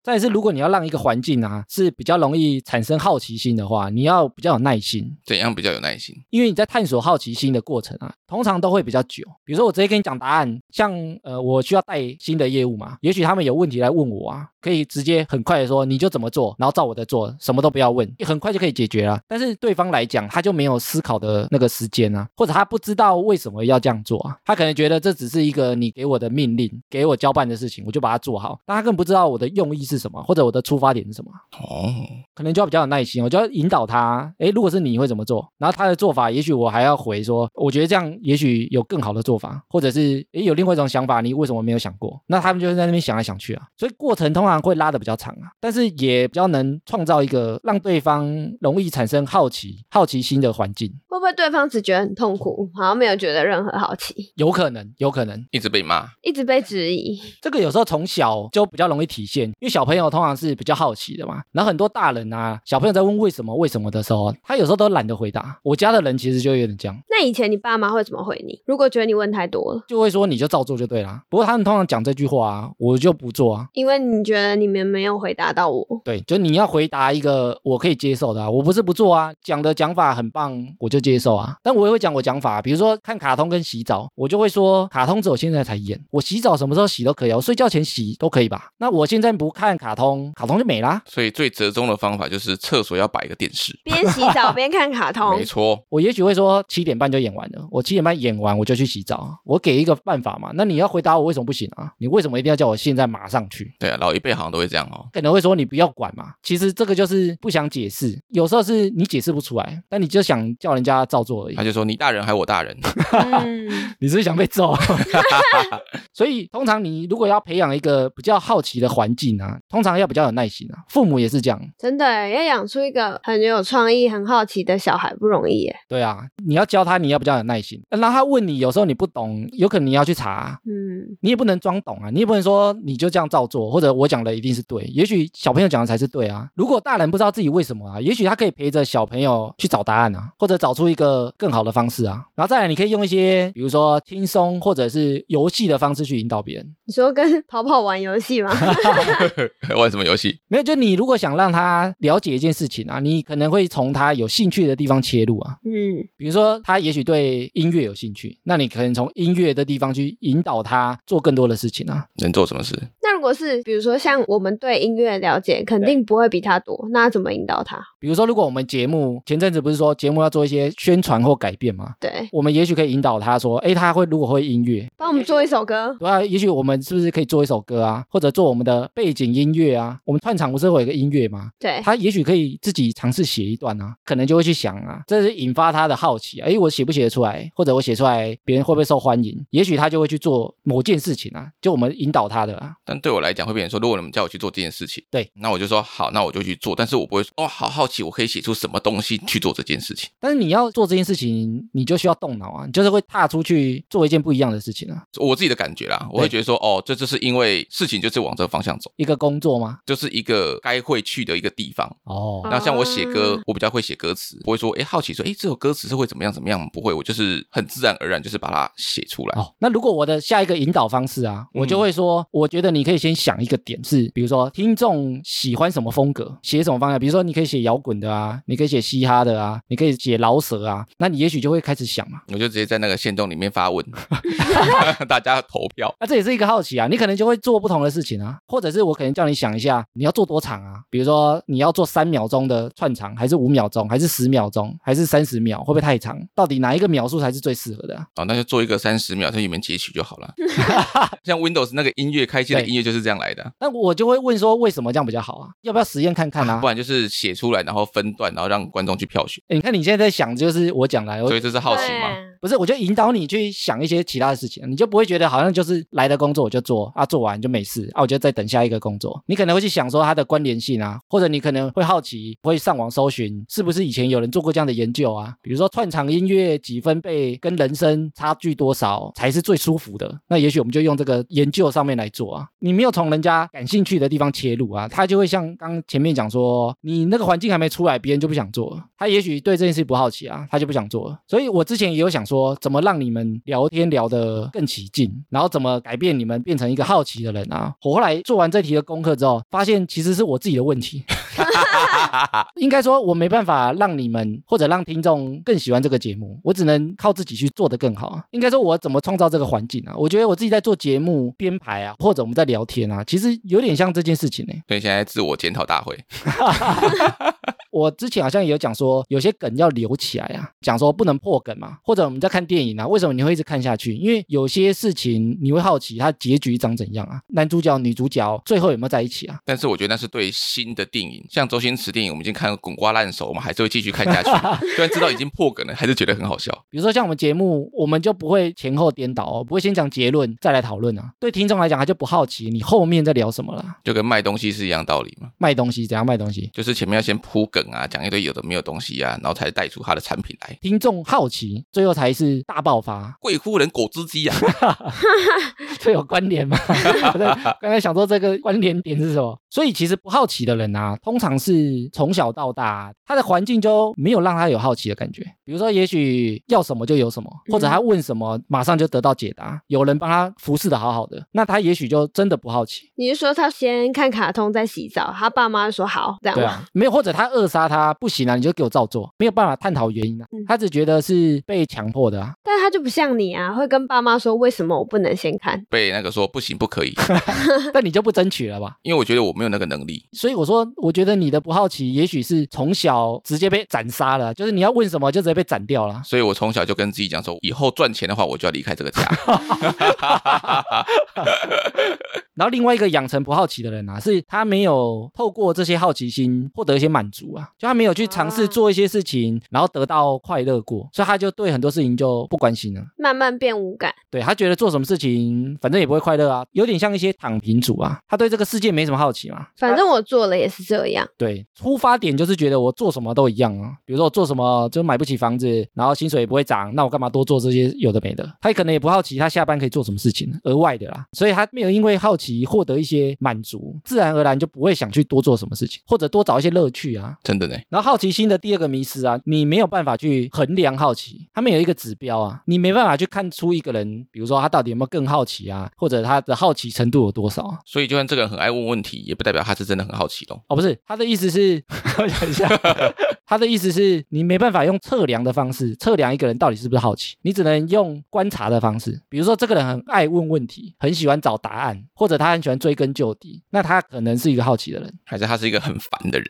再是，如果你要让一个环境啊是比较容易产生好奇心的话，你要比较有耐心，
怎样比较有耐心？
因为你在探索好奇心的过程啊，通常都会比较久。比如说，我直接跟你讲答案，像呃，我需要带新的业务嘛，也许他们有问题来问我啊，可以直接很快的说你就怎么做，然后照我的做，什么都不要问，很快就可以解决了。但是对方来讲，他就没有思考的那个时间啊，或者他不知道为什么要这样做啊，他可能觉得这只是一个你给我的命令，给我交办的事情，我就把它做好，但他根本不知道我的用意是什么，或者我的出发点是什么啊。
哦，
可能就要比较有耐心，我就要引导他。诶，如果是你会怎么做？然后他的做法，也许我还要回说，我觉得这样也许有更好的做法，或者是诶有另外一种想法，你为什么没有想过？那他们就是在那边想来想去啊，所以过程通常会拉的比较长啊，但是也比较能创造一个让对方容易产生好奇、好奇心的环境。
会不会对方只觉得很痛苦，好像没有觉得任何好奇，
有可能，有可能，
一直被骂，
一直被质疑？
这个有时候从小就比较容易体现，因为小朋友通常是比较好奇的嘛。然后很多大人啊，小朋友在问为什么为什么的时候，啊他有时候都懒得回答。我家的人其实就有点这样。
那以前你爸妈会怎么回你？如果觉得你问太多了，
就会说你就照做就对啦。不过他们通常讲这句话啊，我就不做啊。
因为你觉得你们没有回答到我，
对，就你要回答一个我可以接受的啊，我不是不做啊，讲的讲法很棒，我就接受啊。但我也会讲我讲法，比如说看卡通跟洗澡，我就会说卡通只有现在才演，我洗澡什么时候洗都可以啊，我睡觉前洗都可以吧。那我现在不看看卡通，卡通就没啦。
所以最折中的方法就是厕所要摆一个电视。
边洗 澡边看卡通
哦
没，错，
我也许会说七点半就演完了，我七点半演完我就去洗澡。啊我给一个办法嘛，那你要回答我为什么不行啊？你为什么一定要叫我现在马上去？
对啊，老一辈好像都会这样哦。
可能会说你不要管嘛，其实这个就是不想解释，有时候是你解释不出来，但你就想叫人家照做而已
他。就说你大人还我大 人，
嗯，
你是不是想被揍？ 所以通常你如果要培养一个比较好奇的环境啊，通常要比较有耐心啊。父母也是这样，
真的欸耶要养出一个很有创意、很好奇的小孩不容易欸耶。
对啊，你要教他，你要比较有耐心。让他问你，有时候你不懂，有可能你要去查啊、
嗯，
你也不能装懂啊，你也不能说你就这样照做，或者我讲的一定是对，也许小朋友讲的才是对啊。如果大人不知道自己为什么啊，也许他可以陪着小朋友去找答案啊，或者找出一个更好的方式啊。然后再来，你可以用一些比如说轻松或者是游戏的方式去引导别人。
你说跟跑跑玩游戏 吗？
玩什么游戏？
没有，就你如果想让他了解一件事情啊，你可能会从他有兴趣的地方切入啊。
嗯，
比如说他也许对音乐有兴趣，那你可能从音乐的地方去引导他做更多的事情啊。
能做什么事？
那如果是比如说像我们对音乐的了解，肯定不会比他多，那怎么引导他？
比如说，如果我们节目前阵子不是说节目要做一些宣传或改变吗？
对，
我们也许可以引导他说，诶，他会如果会音乐，
帮我们做一首歌。
对啊，也许我们是不是可以做一首歌啊，或者做我们的背景音乐啊？我们串场不是会有一个音乐吗？
对，
他也许可以自己尝试写一段啊，可能就会去想啊，这是引发他的好奇、啊，诶，我写不写得出来，或者我写出来别人会不会受欢迎？也许他就会去做某件事情啊，就我们引导他的啊，
但对我来讲，会变成说，如果你们叫我去做这件事情，
对，
那我就说好，那我就去做，但是我不会说哦，好好奇，我可以写出什么东西去做这件事情。
但是你要做这件事情，你就需要动脑啊，你就是会踏出去做一件不一样的事情啊，
我自己的感觉啦，我会觉得说哦，这就是因为事情就是往这个方向走，
一个工作吗？
就是一个该会去的一个地方。
哦
那像我写歌
啊，
我比较会写歌词，不会说哎好奇说哎这首歌词是会怎么样怎么样，不会，我就是很自然而然就是把它写出来。
哦，那如果我的下一个引导方式啊，我就
嗯
会说，我觉得你可以先想一个点是，比如说听众喜欢什么风格，写什么方向，比如说你可以写摇滚的啊，你可以写嘻哈的啊，你可以写饶舌啊，那你也许就会开始想嘛。
我就直接在那个线洞里面发 问， 大家投票。
那、这也是一个好奇啊，你可能就会做不同的事情啊，或者是我可能叫你想一下，你要做多长啊？比如说你要做三秒钟的串场，还是五秒钟，还是十秒钟，还是三十秒，会不会太长？到底哪一个秒数才是最适合的、啊？
哦，那就做一个三十秒在里面截取就好了。像 Windows 那个音乐开机的
对
音乐就是这样来的，
那我就会问说，为什么这样比较好啊？要不要实验看看啊
不？然就是写出来，然后分段，然后让观众去票选。
欸你看你现在在想，就是我讲来，我哦
所以这是好奇嘛？
对
不是，我就引导你去想一些其他的事情，你就不会觉得好像就是来的工作我就做啊，做完就没事啊，我就再等下一个工作。你可能会去想说它的关联性啊，或者你可能会好奇，会上网搜寻是不是以前有人做过这样的研究啊，比如说串场音乐几分贝跟人声差距多少才是最舒服的。那也许我们就用这个研究上面来做啊，你没有从人家感兴趣的地方切入啊，他就会像刚前面讲说，你那个环境还没出来，别人就不想做了。他也许对这件事不好奇啊，他就不想做了。所以我之前也有想说，怎么让你们聊天聊得更起劲，然后怎么改变你们变成一个好奇的人啊。我后来做完这题的功课之后，发现其实是我自己的问题。应该说，我没办法让你们或者让听众更喜欢这个节目，我只能靠自己去做得更好啊。应该说，我怎么创造这个环境啊？我觉得我自己在做节目编排啊，或者我们在聊天啊，其实有点像这件事情呢、
所以现在自我检讨大会，
我之前好像也有讲说，有些梗要留起来啊，讲说不能破梗嘛，或者我们在看电影啊，为什么你会一直看下去？因为有些事情你会好奇它结局长怎样啊，男主角女主角最后有没有在一起啊？
但是我觉得那是对新的电影，像周星驰电影，我们已经看得滚瓜烂熟，我们还是会继续看下去，虽然知道已经破梗了，还是觉得很好笑。
比如说像我们节目，我们就不会前后颠倒哦，不会先讲结论再来讨论啊。对听众来讲，他就不好奇你后面在聊什么了，
就跟卖东西是一样道理嘛，
卖东西怎样卖东西。
就是前面要先铺梗啊，讲一堆有的没有东西啊，然后才带出他的产品来。
听众好奇，最后才是大爆发，
贵夫人果汁机啊，
这有关联吗？ 我在刚才想说这个关联点是什么？所以其实不好奇的人啊，通常是从小到大，他的环境就没有让他有好奇的感觉。比如说，也许要什么就有什么，或者他问什么马上就得到解答，有人帮他服侍的好好的，那他也许就真的不好奇。
你是说他先看卡通再洗澡，他爸妈就说好这样
对
吗？
啊， 没有或者他扼杀他不行啊，你就给我照做，没有办法探讨原因啊，
嗯
他只觉得是被强迫的啊。
但他就不像你啊，会跟爸妈说为什么我不能先看？
被那个说不行不可以，
但你就不争取了吧？
因为我觉得我没有那个能力。
所以我说，我觉得你的不好奇，也许是从小直接被斩杀了，啊就是你要问什么就直接被斩掉了。啊
所以我从小就跟自己讲说，以后赚钱的话，我就要离开这个家。
然后另外一个养成不好奇的人啊，是他没有透过这些好奇心获得一些满足啊，就他没有去尝试
啊
做一些事情，然后得到快乐过，所以他就对很多事情就不关心了。
慢慢变无感，
对他觉得做什么事情反正也不会快乐啊，有点像一些躺平族啊，他对这个世界没什么好奇嘛。
反正我做了也是这样。
对，出发点就是觉得我做什么都一样啊，比如说我做什么就买不起房子，然后薪水也不会涨，那我干嘛多做这些有的没的？他可能也不好奇他下班可以做什么事情额外的啦，所以他没有因为好奇获得一些满足，自然而然就不会想去多做什么事情，或者多找一些乐趣啊。
真的呢，
然后好奇心的第二个迷失啊，你没有办法去衡量好奇，他们有一个指标啊，你没办法去看出一个人，比如说他到底有没有更好奇啊，或者他的好奇程度有多少啊。
所以就算这个人很爱问问题，也不代表他是真的很好奇咯。
哦，不是，他的意思是， 我想一下，他的意思是你没办法用测量的方式测量一个人到底是不是好奇，你只能用观察的方式。比如说，这个人很爱问问题，很喜欢找答案，或者他很喜欢追根究底，那他可能是一个好奇的人。
还是他是一个很烦的人，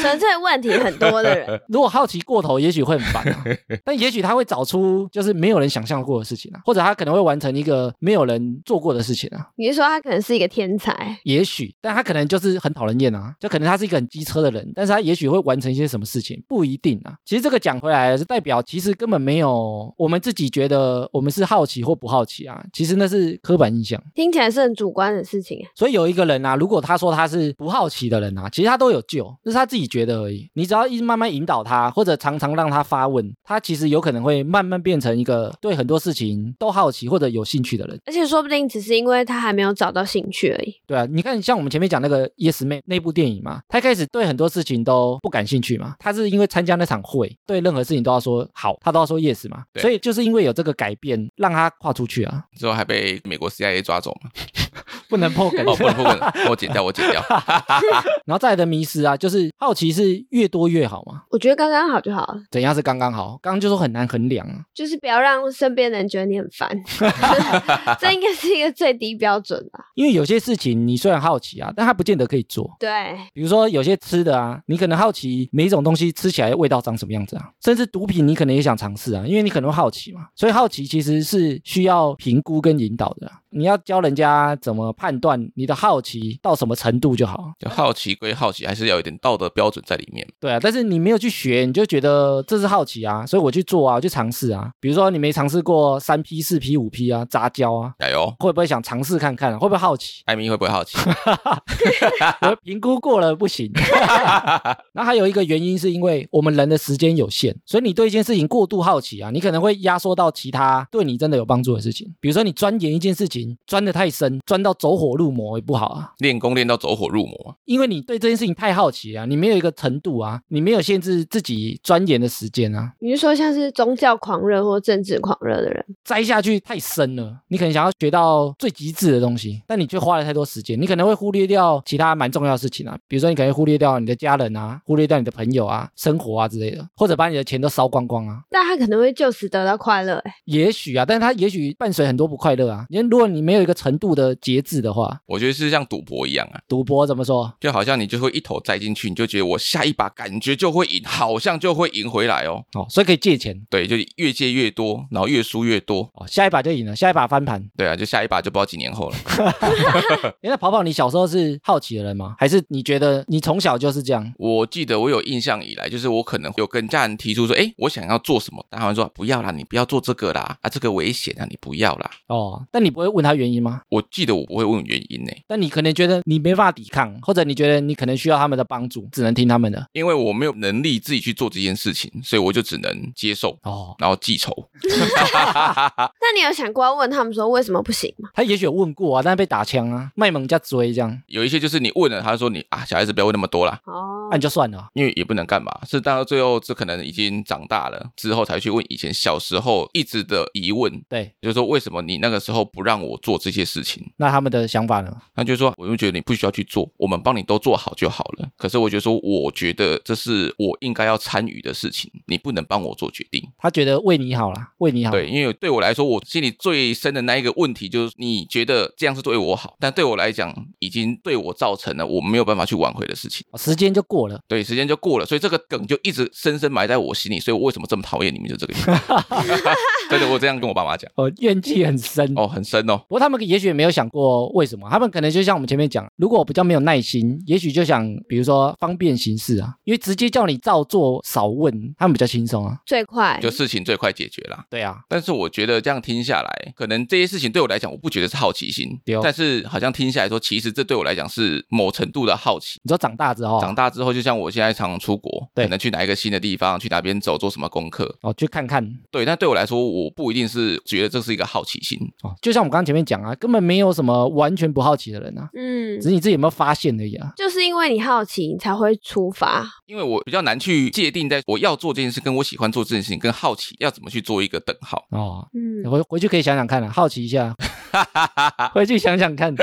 纯粹问题很多的 人，
如果好奇过头，也许会很烦、 啊，但也许他会找出就是没有人想象过的事情啊，或者他可能会完成一个没有人做过的事情啊，
你是说他可能是一个天才？
也许，但他可能就是很讨人厌啊，就可能他是一个很机车的人，但是他也许会完成一些什么事情，不一定啊。其实这个讲回来是代表，其实根本没有我们自己觉得我们是好奇或不好奇啊，其实那是刻板印象。
听起来是很主观的事情。
所以有一个人啊，如果他说他是不好奇的人啊，其实他都有救，那是他自己觉得而已。你只要一直慢慢引导他，或者常常让他发问，他其实有可能会慢慢变成一个对很多事情都好奇或者有兴趣的人。
而且说不定只是因为他还没有找到兴趣而已。
对啊，你看像我们前面讲那个 Yes Man 那部电影嘛，他一开始对很多事情都不感兴趣嘛，他是因为参加那场会，对任何事情都要说好，他都要说 Yes 嘛，
对
所以就是因为有这个改变，让他跨出去啊，
之后还被美国 CIA 抓走嘛？
不能破梗。
哦，不能不能，我剪掉，我剪掉。
然后再来的迷失啊，就是好奇是越多越好嘛。
我觉得刚刚好就好了，
怎样是刚刚好？刚刚就说很难衡量啊。
就是不要让身边的人觉得你很烦，这应该是一个最低标准吧？
因为有些事情你虽然好奇啊，但它不见得可以做。
对，
比如说有些吃的啊，你可能好奇每一种东西吃起来味道长什么样子啊，甚至毒品你可能也想尝试啊，因为你可能会好奇嘛。所以好奇其实是需要评估跟引导的啊、你要教人家怎么判断你的好奇到什么程度就好。
就好奇归好奇，还是要有一点道德标准在里面。
对啊，但是你没有去学，你就觉得这是好奇啊，所以我去做啊，我去尝试啊。比如说你没尝试过三 P、四 P、五 P 啊，杂交啊，
加油！
会不会想尝试看看、啊？会不会好奇？
艾米会不会好奇？
我评估过了不行。 然后还有一个原因是因为我们人的时间有限，所以你对一件事情过度好奇啊，你可能会压缩到其他对你真的有帮助的事情。比如说你钻研一件事情，钻得太深，钻到走火入魔也不好啊，
练功练到走火入魔，啊
因为你对这件事情太好奇啊，你没有一个程度啊，你没有限制自己钻研的时间啊，
你是说像是宗教狂热或政治狂热的人，
栽下去太深了。你可能想要学到最极致的东西，但你却花了太多时间，你可能会忽略掉其他蛮重要的事情啊，比如说你可能会忽略掉你的家人啊，忽略掉你的朋友啊、生活啊之类的，或者把你的钱都烧光光啊。
但他可能会就此得到快乐、欸？
也许啊，但是它也许伴随很多不快乐啊。因为如果你没有一个程度的节制的话，
我觉得是像赌博一样啊，
赌博怎么说？
就好像你就会一头栽进去，你就觉得我下一把感觉就会赢，好像就会赢回来哦。
哦，所以可以借钱
对，就越借越多，然后越输越多。
哦，下一把就赢了，下一把翻盘。哎
对啊，就下一把就不知道几年后了。
诶那跑跑，你小时候是好奇的人吗？还是你觉得你从小就是这样？
我记得我有印象以来，就是我可能有跟家人提出说，哎，我想要做什么，但他们说不要啦，你不要做这个啦，啊，这个危险啊，你不要啦。
哦，但你不会问他原因吗？
我记得我不会问原因呢、
但你可能觉得你没办法抵抗，或者你觉得你可能需要他们的帮助，只能听他们的。
因为我没有能力自己去做这件事情，所以我就只能接受，
哦，
然后记仇。
那你有想过要问他们说为什么不行吗？
他也许有问过啊，但是被打枪啊，卖萌加追这样，
有一些就是你问了，他说你啊，小孩子不要问那么多啦，
哦
那、你就算了啊。
因为也不能干嘛。是到最后，这可能已经长大了之后才去问以前小时候一直的疑问，
对，
就是说为什么你那个时候不让我做这些事情？
那他们的想法呢？
他就说，我就觉得你不需要去做，我们帮你你都做好就好了。可是我觉得说，我觉得这是我应该要参与的事情，你不能帮我做决定。
他觉得为你好啦，为你好。
对，因为对我来说，我心里最深的那一个问题就是，你觉得这样是对我好，但对我来讲，已经对我造成了我没有办法去挽回的事情。
时间就过了，
对，时间就过了，所以这个梗就一直深深埋在我心里。所以我为什么这么讨厌你们，就这个原因。 真的，我这样跟我爸妈讲，
哦，怨气很深。
哦，很深哦。
不过他们也许也没有想过为什么，他们可能就像我们前面讲，如果我比较没有耐心，也许就想比如说方便行事啊，因为直接叫你照做少问，他们比较轻松啊。
最快
就事情最快解决啦。
对啊，
但是我觉得这样听下来，可能这些事情对我来讲，我不觉得是好奇心
对哦，
但是好像听下来说，其实这对我来讲是某程度的好奇。
你说长大之后啊，
长大之后，就像我现在常常出国，
对
可能去哪一个新的地方，去哪边走，做什么功课，
哦，去看看
对。但对我来说，我不一定是觉得这是一个好奇心，
哦，就像我们刚刚前面讲啊，根本没有什么完全不好奇的人啊，
嗯
只，是你自己有没有发现而已啊。
就是因为你好奇，你才会出发。
因为我比较难去界定，在我要做这件事，跟我喜欢做这件事情，跟好奇要怎么去做一个等号。
哦，
嗯，
回回去可以想想看啊，好奇一 下，回去想想看。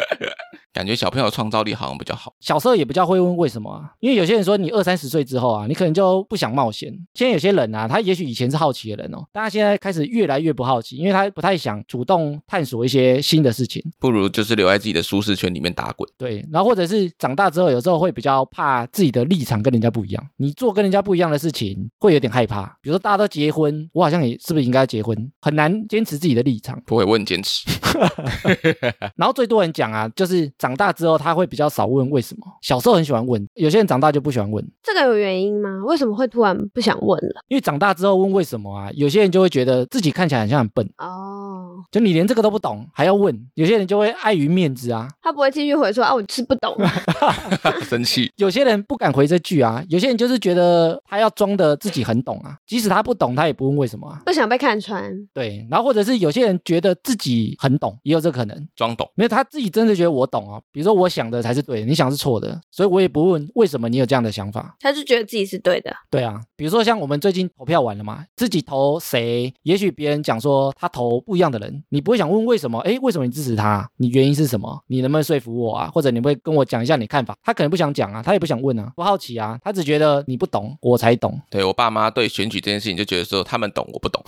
感觉小朋友的创造力好像比较好。
小时候也比较会问为什么啊，因为有些人说你二三十岁之后啊，你可能就不想冒险。现在有些人啊，他也许以前是好奇的人哦，但他现在开始越来越不好奇，因为他不太想主动探索一些新的事情。
不如就是留在自己的舒适圈里面打滚。
对，然后或者是长大之后，有时候会比较怕自己的立场跟人家不一样，你做跟人家不一样的事情，会有点害怕。比如说大家都结婚，我好像也是不是应该结婚，很难坚持自己的立场。
不会，我很坚持。
然后最多人讲啊，就是长大之后他会比较少问为什么，小时候很喜欢问，有些人长大就不喜欢问。
这个有原因吗？为什么会突然不想问了？
因为长大之后问为什么啊，有些人就会觉得自己看起来很像很笨，
哦，
就你连这个都不懂还要问。有些人就会碍于面子啊，
他不会继续回说啊，我是不懂。
生气。
有些人不敢回这句啊，有些人就是觉得他要装的自己很懂啊，即使他不懂，他也不问为什么啊。
不想被看穿，
对，然后或者是有些人觉得自己很懂，也有这可能。
装懂，
没有他自己真的觉得我懂啊，比如说我想的才是对的，你想是错的，所以我也不问为什么你有这样的想法。
他就觉得自己是对的。
对啊，比如说像我们最近投票完了嘛，自己投谁，也许别人讲说他投不一样的人，你不会想问为什么？诶，为什么你支持他？你原因是什么？你能不能说服我啊？或者你会跟我讲一下你看法？他可能不想讲啊，他也不想问啊，不好奇啊，他只觉得你不懂，我才懂。
对我爸妈对选举这件事情就觉得说他们懂我不懂，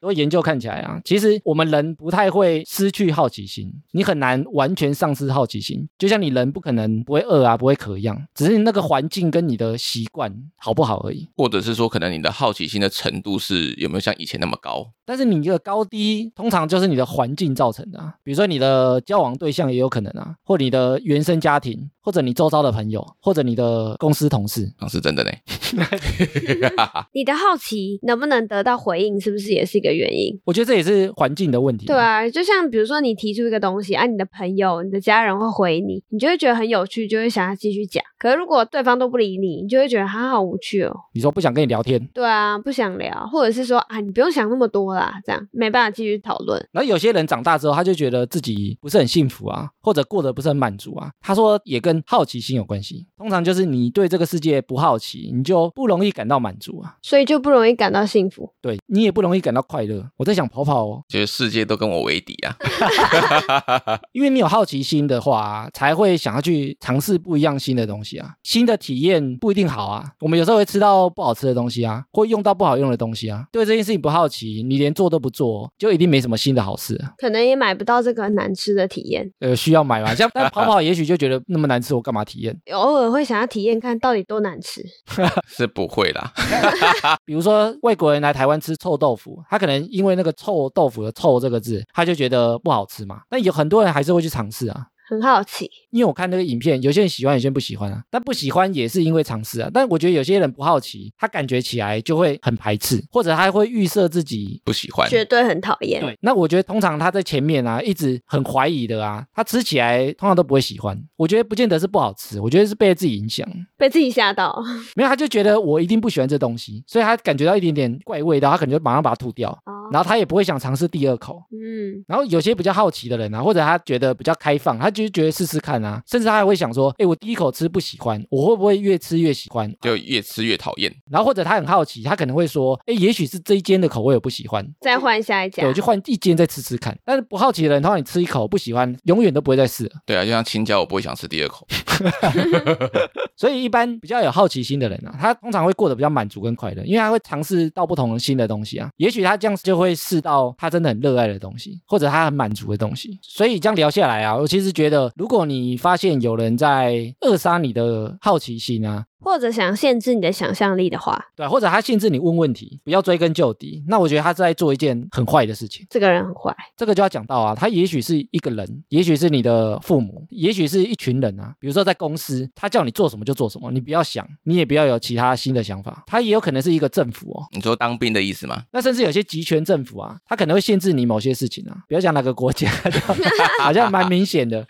所以研究看起来啊，其实我们人不太会失去好奇心，你很难完全丧失好奇心。就像你人不可能不会饿啊，不会渴一样，只是那个环境跟你的习惯好不好而已。
或者是说可能你的好奇心的程度是有没有像以前那么高？
但是你的高低通常就是你的环境造成的、啊，比如说你的交往对象也有可能啊，或你的原生家庭，或者你周遭的朋友，或者你的公司同事。
啊，是真的呢。
你的好奇能不能得到回应，是不是也是一个原因？
我觉得这也是环境的问题。
对，啊，就像比如说你提出一个东西啊，你的朋友、你的家人会回你，你就会觉得很有趣，就会想要继续讲。可是如果对方都不理你，你就会觉得他好无趣哦。
你说不想跟你聊天，
对啊，不想聊，或者是说啊，你不用想那么多啦，这样没办法继续讨论。
然后有些人长大之后，他就觉得自己不是很幸福啊，或者过得不是很满足啊。他说也跟好奇心有关系，通常就是你对这个世界不好奇，你就不容易感到满足啊，
所以就不容易感到幸福。
对你也不容易感到快乐。我在想跑跑哦，
觉得世界都跟我为敌啊，
因为你有好奇心的话、啊才会想要去尝试不一样新的东西啊，新的体验不一定好啊。我们有时候会吃到不好吃的东西啊，或用到不好用的东西啊。对这件事情不好奇，你连做都不做，就一定没什么新的好事、啊。
可能也买不到这个难吃的体验，
呃，需要买吗？像但跑跑也许就觉得那么难吃，我干嘛体验？
偶尔会想要体验看到底多难吃。
是不会啦。
比如说外国人来台湾吃臭豆腐，他可能因为那个臭豆腐的臭这个字，他就觉得不好吃嘛。但有很多人还是会去尝试啊。
很好奇，
因为我看那个影片，有些人喜欢，有些人不喜欢啊。但不喜欢也是因为尝试啊。但我觉得有些人不好奇，他感觉起来就会很排斥，或者他会预设自己。
不喜欢，
绝对很讨厌。
哎对，那我觉得通常他在前面啊，一直很怀疑的啊，他吃起来通常都不会喜欢。我觉得不见得是不好吃，我觉得是被自己影响。
被自己 吓到，
没有，他就觉得我一定不喜欢这东西，所以他感觉到一点点怪味道，他可能就马上把它吐掉。
哦，
然后他也不会想尝试第二口。
嗯，
然后有些比较好奇的人啊，或者他觉得比较开放，他就觉得试试看啊，甚至他还会想说，哎，我第一口吃不喜欢，我会不会越吃越喜欢？
就越吃越讨厌。
然后或者他很好奇，他可能会说，哎，也许是这一间的口味我不喜欢，
再换下一家
对，我，就换一间再吃吃看。但是不好奇的人，通常你吃一口不喜欢，永远都不会再试了。
对啊，就像青椒，我不会想吃第二口。
所以一般比较有好奇心的人啊，他通常会过得比较满足跟快乐，因为他会尝试到不同的新的东西啊。也许他这样就会试到他真的很热爱的东西，或者他很满足的东西。所以这样聊下来啊，我其实觉得，如果你发现有人在扼杀你的好奇心啊，
或者想限制你的想象力的话，
对啊，或者他限制你问问题，不要追根究底，那我觉得他是在做一件很坏的事情。
这个人很坏，
这个就要讲到啊，他也许是一个人，也许是你的父母，也许是一群人啊。比如说在公司，他叫你做什么就做什么，你不要想，你也不要有其他新的想法。他也有可能是一个政府哦，
你说当兵的意思吗？
那甚至有些集权政府啊，他可能会限制你某些事情啊。比如讲哪个国家， 好像蛮明显的。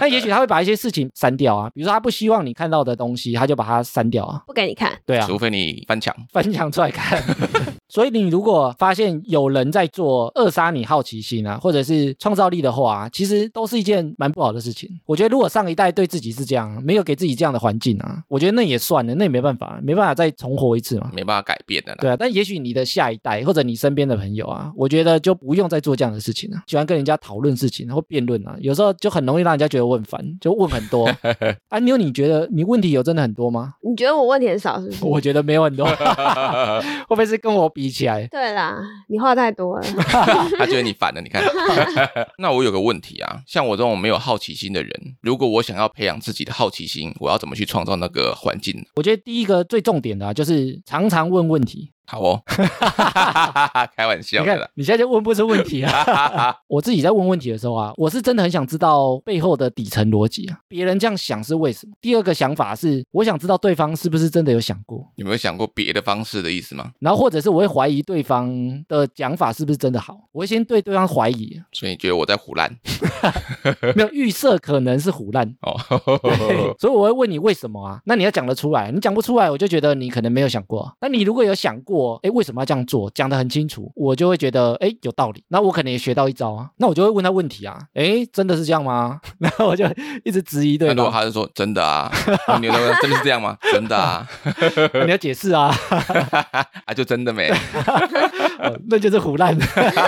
那也许他会把一些事情删掉啊，比如说他不希望你看到的东西，他就把它删掉啊。
不给你看，
对啊，
除非你翻墙。
分享出来看。 所以你如果发现有人在做扼杀你好奇心啊，或者是创造力的话、啊，其实都是一件蛮不好的事情。我觉得如果上一代对自己是这样，啊没有给自己这样的环境啊，我觉得那也算了，那也没办法，没办法再重活一次嘛。
没办法改变的啦。
对啊，但也许你的下一代或者你身边的朋友啊，我觉得就不用再做这样的事情了、喜欢跟人家讨论事情或辩论啊，有时候就很容易让人家觉得我很烦，就问很多。啊，妞，你觉得你问题有真的很多吗？
你觉得我问题很少是不是？
我觉得没有很多，会不会是跟我比起来？
对啦，你话太多了，
他觉得你烦了，你看。 那我有个问题啊，像我这种没有好奇心的人，如果我想要培养自己的好奇心，我要怎么去创造那个环境呢？
我觉得第一个最重点的啊，就是常常问问题。
好哦， 开玩
你
笑的
看
啦。
你现在就问不出问题啊！我自己在问问题的时候啊，我是真的很想知道背后的底层逻辑啊，别人这样想是为什么？第二个想法是，我想知道对方是不是真的有想过，
有没有想过别的方式的意思吗？
然后或者是我会怀疑对方的讲法是不是真的好，我会先对对方怀疑，
所以你觉得我在胡 乱
没有预设可能是胡乱。
哦？
所以我会问你为什么啊？那你要讲得出来，你讲不出来，我就觉得你可能没有想过啊。那你如果有想过，哎，为什么要这样做，讲得很清楚，我就会觉得，哎，有道理。那我可能也学到一招啊，那我就会问他问题啊，哎，真的是这样吗？ 然后我就一直质疑对
那如果
方，
他是说真 的啊，那你有没有真的是这样吗？真的啊，
你要解释 啊，
啊就真的没。
哦那就是胡乱。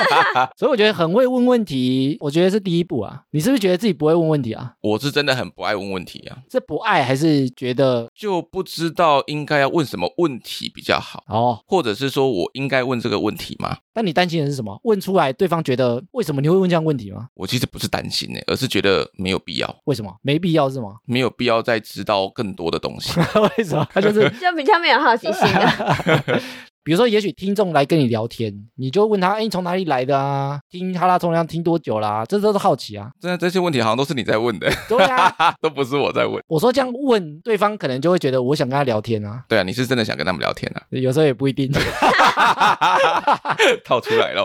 所以我觉得很会问问题，我觉得是第一步啊。你是不是觉得自己不会问问题啊？
我是真的很不爱问问题啊，
是不爱还是觉得
就不知道应该要问什么问题比较好，
哦？
或者是说我应该问这个问题吗？
但你担心的是什么？问出来对方觉得为什么你会问这样问题吗？
我其实不是担心呢、而是觉得没有必要，
为什么没必要是吗？
没有必要再知道更多的东 西。
为什么？他就是
就比较没有好奇心了。
比如说，也许听众来跟你聊天，你就问他：“哎，你从哪里来的啊？听哈拉冲浪听多久啦、这都是好奇啊。
真的，这些问题好像都是你在问的，
对啊，
都不是我在问。
我说这样问对方，可能就会觉得我想跟他聊天啊。
对啊，你是真的想跟他们聊天啊？
有时候也不一定。
套出来了，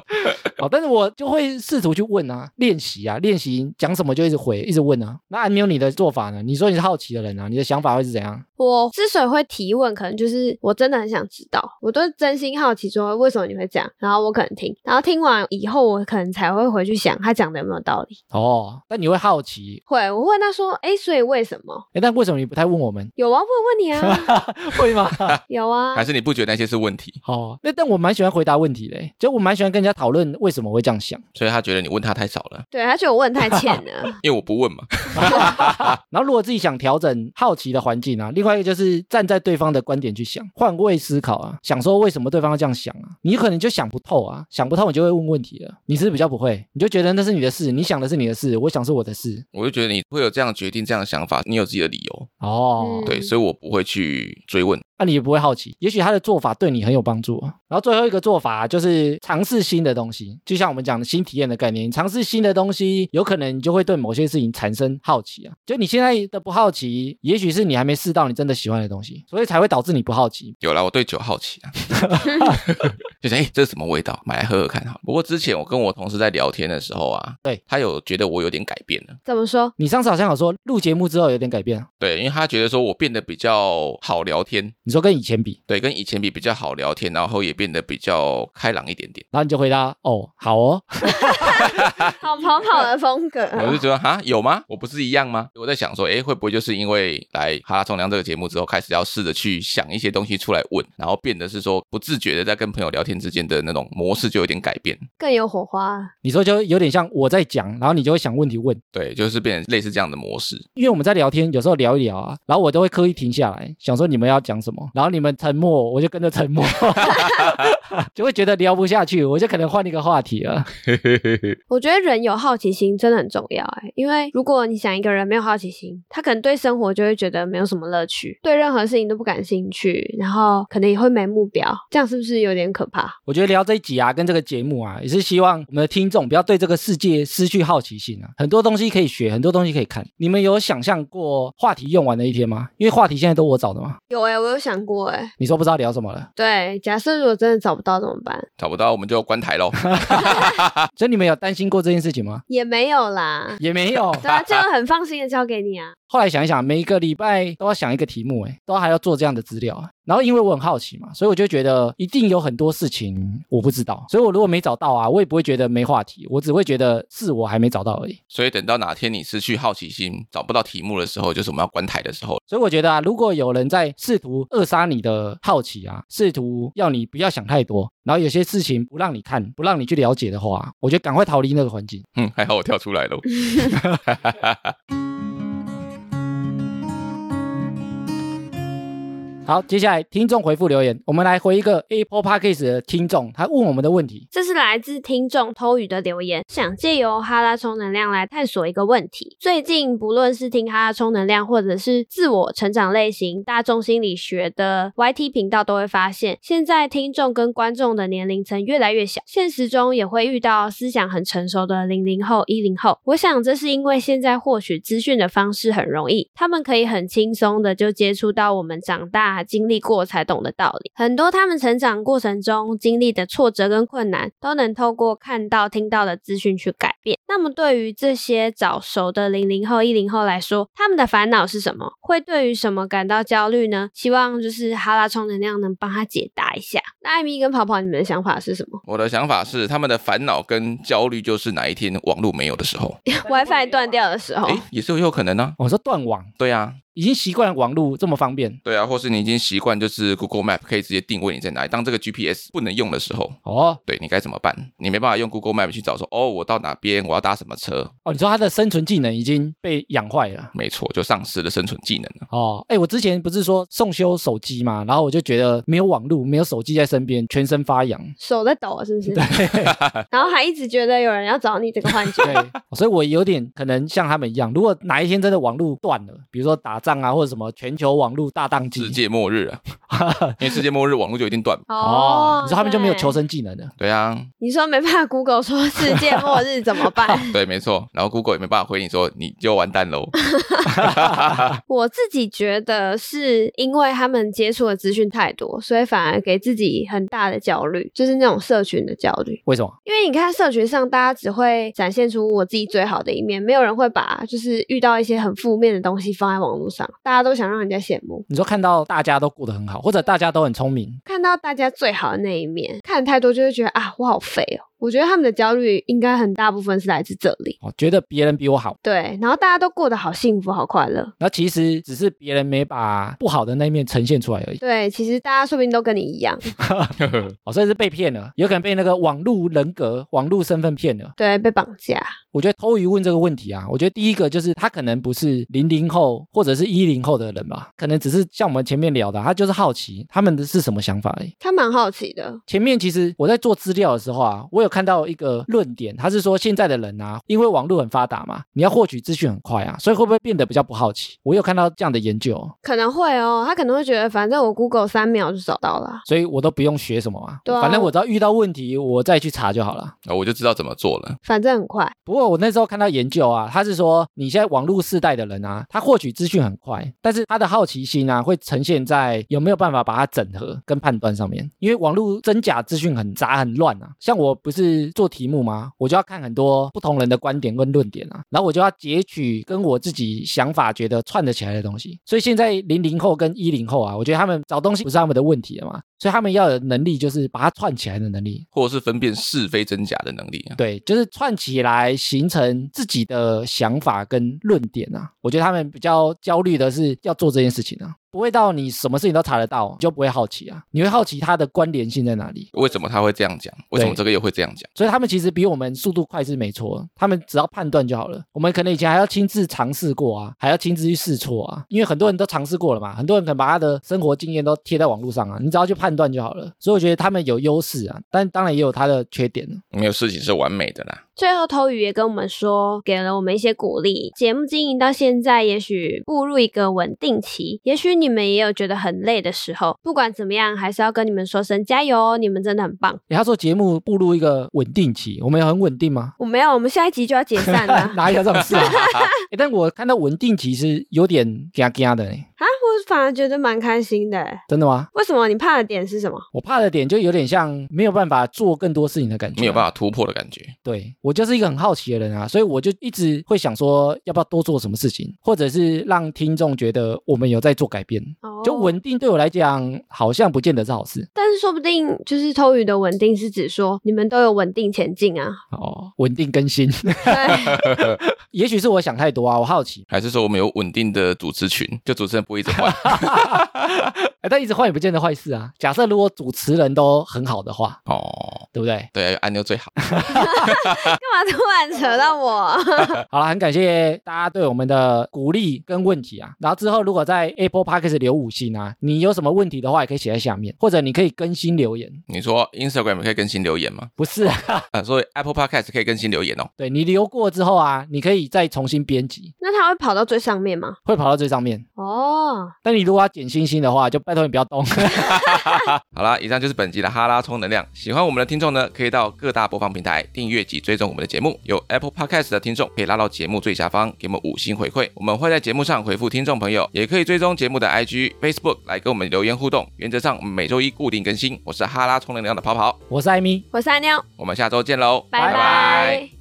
好，哦但是我就会试图去问啊，练习啊，练习讲什么就一直回，一直问啊。那按妞你的做法呢？你说你是好奇的人啊，你的想法会是怎样？
我之所以会提问，可能就是我真的很想知道，我都真心好奇说为什么你会这样，然后我可能听，然后听完以后，我可能才会回去想他讲的有没有道理。
哦，但你会好奇，
会，我会问他说，哎，所以为什么？
哎，但为什么你不太问我们？
有啊，我有问你啊，
会吗？
有啊
还，是你不觉得那些是问题？
哦，那但我蛮喜欢回答问题的欸，就我蛮喜欢跟人家讨论为什么会这样想。
所以他觉得你问他太少了，，
对，他觉得我问太浅了
因为我不问嘛。
然后如果自己想调整好奇的环境啊，另外一个就是站在对方的观点去想，换位思考啊，想说为什么对方要这样想啊，你可能就想不透啊，想不透你就会问问题了。你是不是比较不会，你就觉得那是你的事，你想的是你的事，我想是我的事。
我就觉得你会有这样的决定、这样的想法，你有自己的理由，
哦
嗯，
对，所以我不会去追问。
那、你也不会好奇，也许他的做法对你很有帮助啊。然后最后一个做法、就是尝试新的东西，就像我们讲的新体验的概念，你尝试新的东西，有可能你就会对某些事情产生好奇啊。就你现在的不好奇，也许是你还没试到你真的喜欢的东西，所以才会导致你不好奇。
有啦，我对酒好奇啊， 就想哎、诶这是什么味道，买来喝喝看哈。不过之前我跟我同事在聊天的时候啊，
对
他有觉得我有点改变了，
怎么说？
你上次好像有说录节目之后有点改变啊，
对，因为他觉得说我变得比较好聊天，
你说跟以前比，
对，跟以前比比较好聊天，然后也变得比较开朗一点点。
然后你就回答哦，好哦，
好跑跑的风格，
我就觉得哈有吗？我不是一样吗？我在想说，哎，会不会就是因为来哈拉冲凉这个节目之后，开始要试着去想一些东西出来问，然后变得是说不自觉的在跟朋友聊天之间的那种模式就有点改变。
更有火花。
你说就有点像我在讲，然后你就会想问题问，
对，就是变成类似这样的模式。
因为我们在聊天，有时候聊一聊啊，然后我都会刻意停下来，想说你们要讲什么，然后你们沉默，我就跟着沉默， 就会觉得聊不下去，我就可能换一个话题了。
我觉得人有好奇心真的很重要哎，因为如果你想一个人没有好奇心，他可能对生活就会觉得没有什么乐趣，对任何事情都不感兴趣，然后可能也会没目标，这样是不是有点可怕？
我觉得聊这一集啊，跟这个节目啊，也是希望我们的听众不要对这个世界失去好奇心啊。很多东西可以学，很多东西可以看。你们有想象过话题用完的一天吗？因为话题现在都我找的嘛。
有哎，我有想过哎。
你说不知道聊什么了，
对，假设如果真的找不到怎么办？
找不到我们就关台喽。
所以你们有担心过这件事情吗？
也没有啦。
也没有。
对啊，这样很放心的交给你啊。
后来想一想，每一个礼拜都要想一个题目，哎，都还要做这样的资料啊。然后因为我很好奇嘛，所以我就觉得一定有很多事情我不知道，所以我如果没找到啊，我也不会觉得没话题，我只会觉得是我还没找到而已。
所以等到哪天你失去好奇心，找不到题目的时候，就是我们要关台的时候。
所以我觉得啊，如果有人在试图扼杀你的好奇啊，试图要你不要想太多，然后有些事情不让你看，不让你去了解的话，我觉得赶快逃离那个环境。
嗯，还好我跳出来喽。
好，接下来听众回复留言，我们来回一个 Apple Podcast 的听众，他问我们的问题。
这是来自听众偷鱼的留言，想借由哈拉充能量来探索一个问题。最近不论是听哈拉充能量，或者是自我成长类型、大众心理学的 YT 频道，都会发现，现在听众跟观众的年龄层越来越小，现实中也会遇到思想很成熟的零零后、一零后。我想这是因为现在获取资讯的方式很容易，他们可以很轻松的就接触到我们长大经历过才懂的道理。很多他们成长过程中经历的挫折跟困难，都能透过看到、听到的资讯去改变。那么，对于这些早熟的零零后、一零后来说，他们的烦恼是什么？会对于什么感到焦虑呢？希望就是哈拉充能量能帮他解答一下。那艾米跟跑跑，你们的想法是 什么
我的想法是，他们的烦恼跟焦虑就是哪一天网络没有的时候，
？WiFi 断掉的时候
哎、，也是有可能呢、
我、哦说断网，
对啊，
已经习惯网络这么方便
对啊，或是你已经习惯就是 Google Map 可以直接定位你在哪里，当这个 GPS 不能用的时候，
哦
对你该怎么办？你没办法用 Google Map 去找说，哦，我到哪边，我要搭什么车？
哦，你说他的生存技能已经被养坏了。
没错，就丧失了生存技能了。
哦，哎，我之前不是说送修手机嘛，然后我就觉得没有网络，没有手机在身边，全身发 痒。
手在抖是不是？然后还一直觉得有人要找你这个幻 觉。
对，所以我有点可能像他们一样，如果哪一天真的网络断了，比如说打仗啊，或者什么全球网络大宕
世
机，
界末日啊，因为世界末日网络就一定断。
哦，你说他们就没有
对
求生技能了。
对啊，
你说没办法，Google 说世界末日怎么办？
对，没错。然后 Google 也没办法回你说，你就完蛋喽。
我自己觉得是因为他们接触的资讯太多，所以反而给自己很大的焦虑，就是那种社群的焦虑。
为什么？
因为你看社群上，大家只会展现出我自己最好的一面，没有人会把就是遇到一些很负面的东西放在网络上，大家都想让人家羡慕。
你说看到大家都过得很好，或者大家都很聪明，
看到大家最好的那一面，看太多就会觉得啊，我好废哦。我觉得他们的焦虑应该很大部分是来自这里，
哦，觉得别人比我好，
对。然后大家都过得好幸福、好快乐，
那其实只是别人没把不好的那一面呈现出来而已。
对，其实大家说不定都跟你一样，
哦，所以是被骗了，有可能被那个网络人格、网络身份骗了。
对，被绑架。
我觉得偷鱼问这个问题啊，我觉得第一个就是他可能不是零零后或者是一零后的人啊吧，可能只是像我们前面聊的，他就是好奇他们的是什么想法而已。
他蛮好奇的，
前面其实我在做资料的时候啊，我有看到一个论点，他是说现在的人啊，因为网络很发达嘛，你要获取资讯很快啊，所以会不会变得比较不好奇？我有看到这样的研究哦，
可能会哦，他可能会觉得反正我 Google 三秒就找到了。
所以我都不用学什么啊，
对啊
反正我只要遇到问题，我再去查就好了。
啊我就知道怎么做了。
反正很快，
不过我那时候看到研究啊，他是说你现在网络世代的人啊，他获取资讯很快，但是他的好奇心啊，会呈现在有没有办法把它整合跟判断上面。因为网络真假资讯很杂很乱啊，像我不是做题目吗？我就要看很多不同人的观点跟论点啊，然后我就要截取跟我自己想法觉得串得起来的东西。所以现在零零后跟一零后啊，我觉得他们找东西不是他们的问题了嘛，所以他们要有能力就是把它串起来的能力。
或者是分辨是非真假的能力啊。
对，就是串起来形成自己的想法跟论点啊。我觉得他们比较焦虑的是要做这件事情啊，不会到你什么事情都查得到，你就不会好奇啊，你会好奇它的关联性在哪里。
为什么他会这样讲？为什么这个又会这样讲？
所以他们其实比我们速度快是没错，他们只要判断就好了。我们可能以前还要亲自尝试过啊，还要亲自去试错啊，因为很多人都尝试过了嘛，很多人可能把他的生活经验都贴在网络上啊，你只要去判断就好了。所以我觉得他们有优势啊，但当然也有他的缺点啊。
没有事情是完美的啦。
最后头语也跟我们说，给了我们一些鼓励。节目经营到现在，也许步入一个稳定期，也许你们也有觉得很累的时候。不管怎么样，还是要跟你们说声加油哦，你们真的很棒。
欸、他说节目步入一个稳定期，我们有很稳定吗？
我没有，我们下一集就要解 散了啊！
哪有这种事啊？欸但我看到稳定期是有点嘎嘎的、欸，
我反而觉得蛮开心的欸。
真的吗？
为什么？你怕的点是什么？
我怕的点就有点像没有办法做更多事情的感觉、
没有办
法。
法突破的感觉，
对我就是一个很好奇的人啊，所以我就一直会想说，要不要多做什么事情，或者是让听众觉得我们有在做改变。
哦
就稳定对我来讲，好像不见得是好事
但是说不定就是偷鱼的稳定是指说你们都有稳定前 进啊。
哦。稳定更新，
对，
也许是我想太多啊，我好奇。
还是说我们有稳定的主持群，就主持人不会一直换
哎，但一直换也不见得坏事啊。假设如果主持人都很好的话，
哦？
对不对？
对，按钮最好。
干嘛突然扯到我？
好了，很感谢大家对我们的鼓励跟问题啊。然后之后如果在 Apple Podcast 留五星啊，你有什么问题的话，也可以写在下面，或者你可以更新留言。
你说 Instagram 可以更新留言吗？
不是啊，
啊，所以 Apple Podcast 可以更新留言哦。
对你留过之后啊，你可以再重新编辑，
那他会跑到最上面吗？
会跑到最上面。
哦，
但你如果要点星星的话，就拜托你不要动。
好啦，以上就是本集的哈拉充能量。喜欢我们的听众呢，可以到各大播放平台订阅及追踪我们的节目。有 Apple Podcast 的听众可以拉到节目最下方给我们五星回馈，我们会在节目上回复听众朋友，也可以追踪节目的 IG、Facebook 来跟我们留言互动。原则上我们每周一固定更新。我是哈拉充能量的跑跑，
我是艾米，
我是安妞，
我们下周见喽，
拜
拜
拜
拜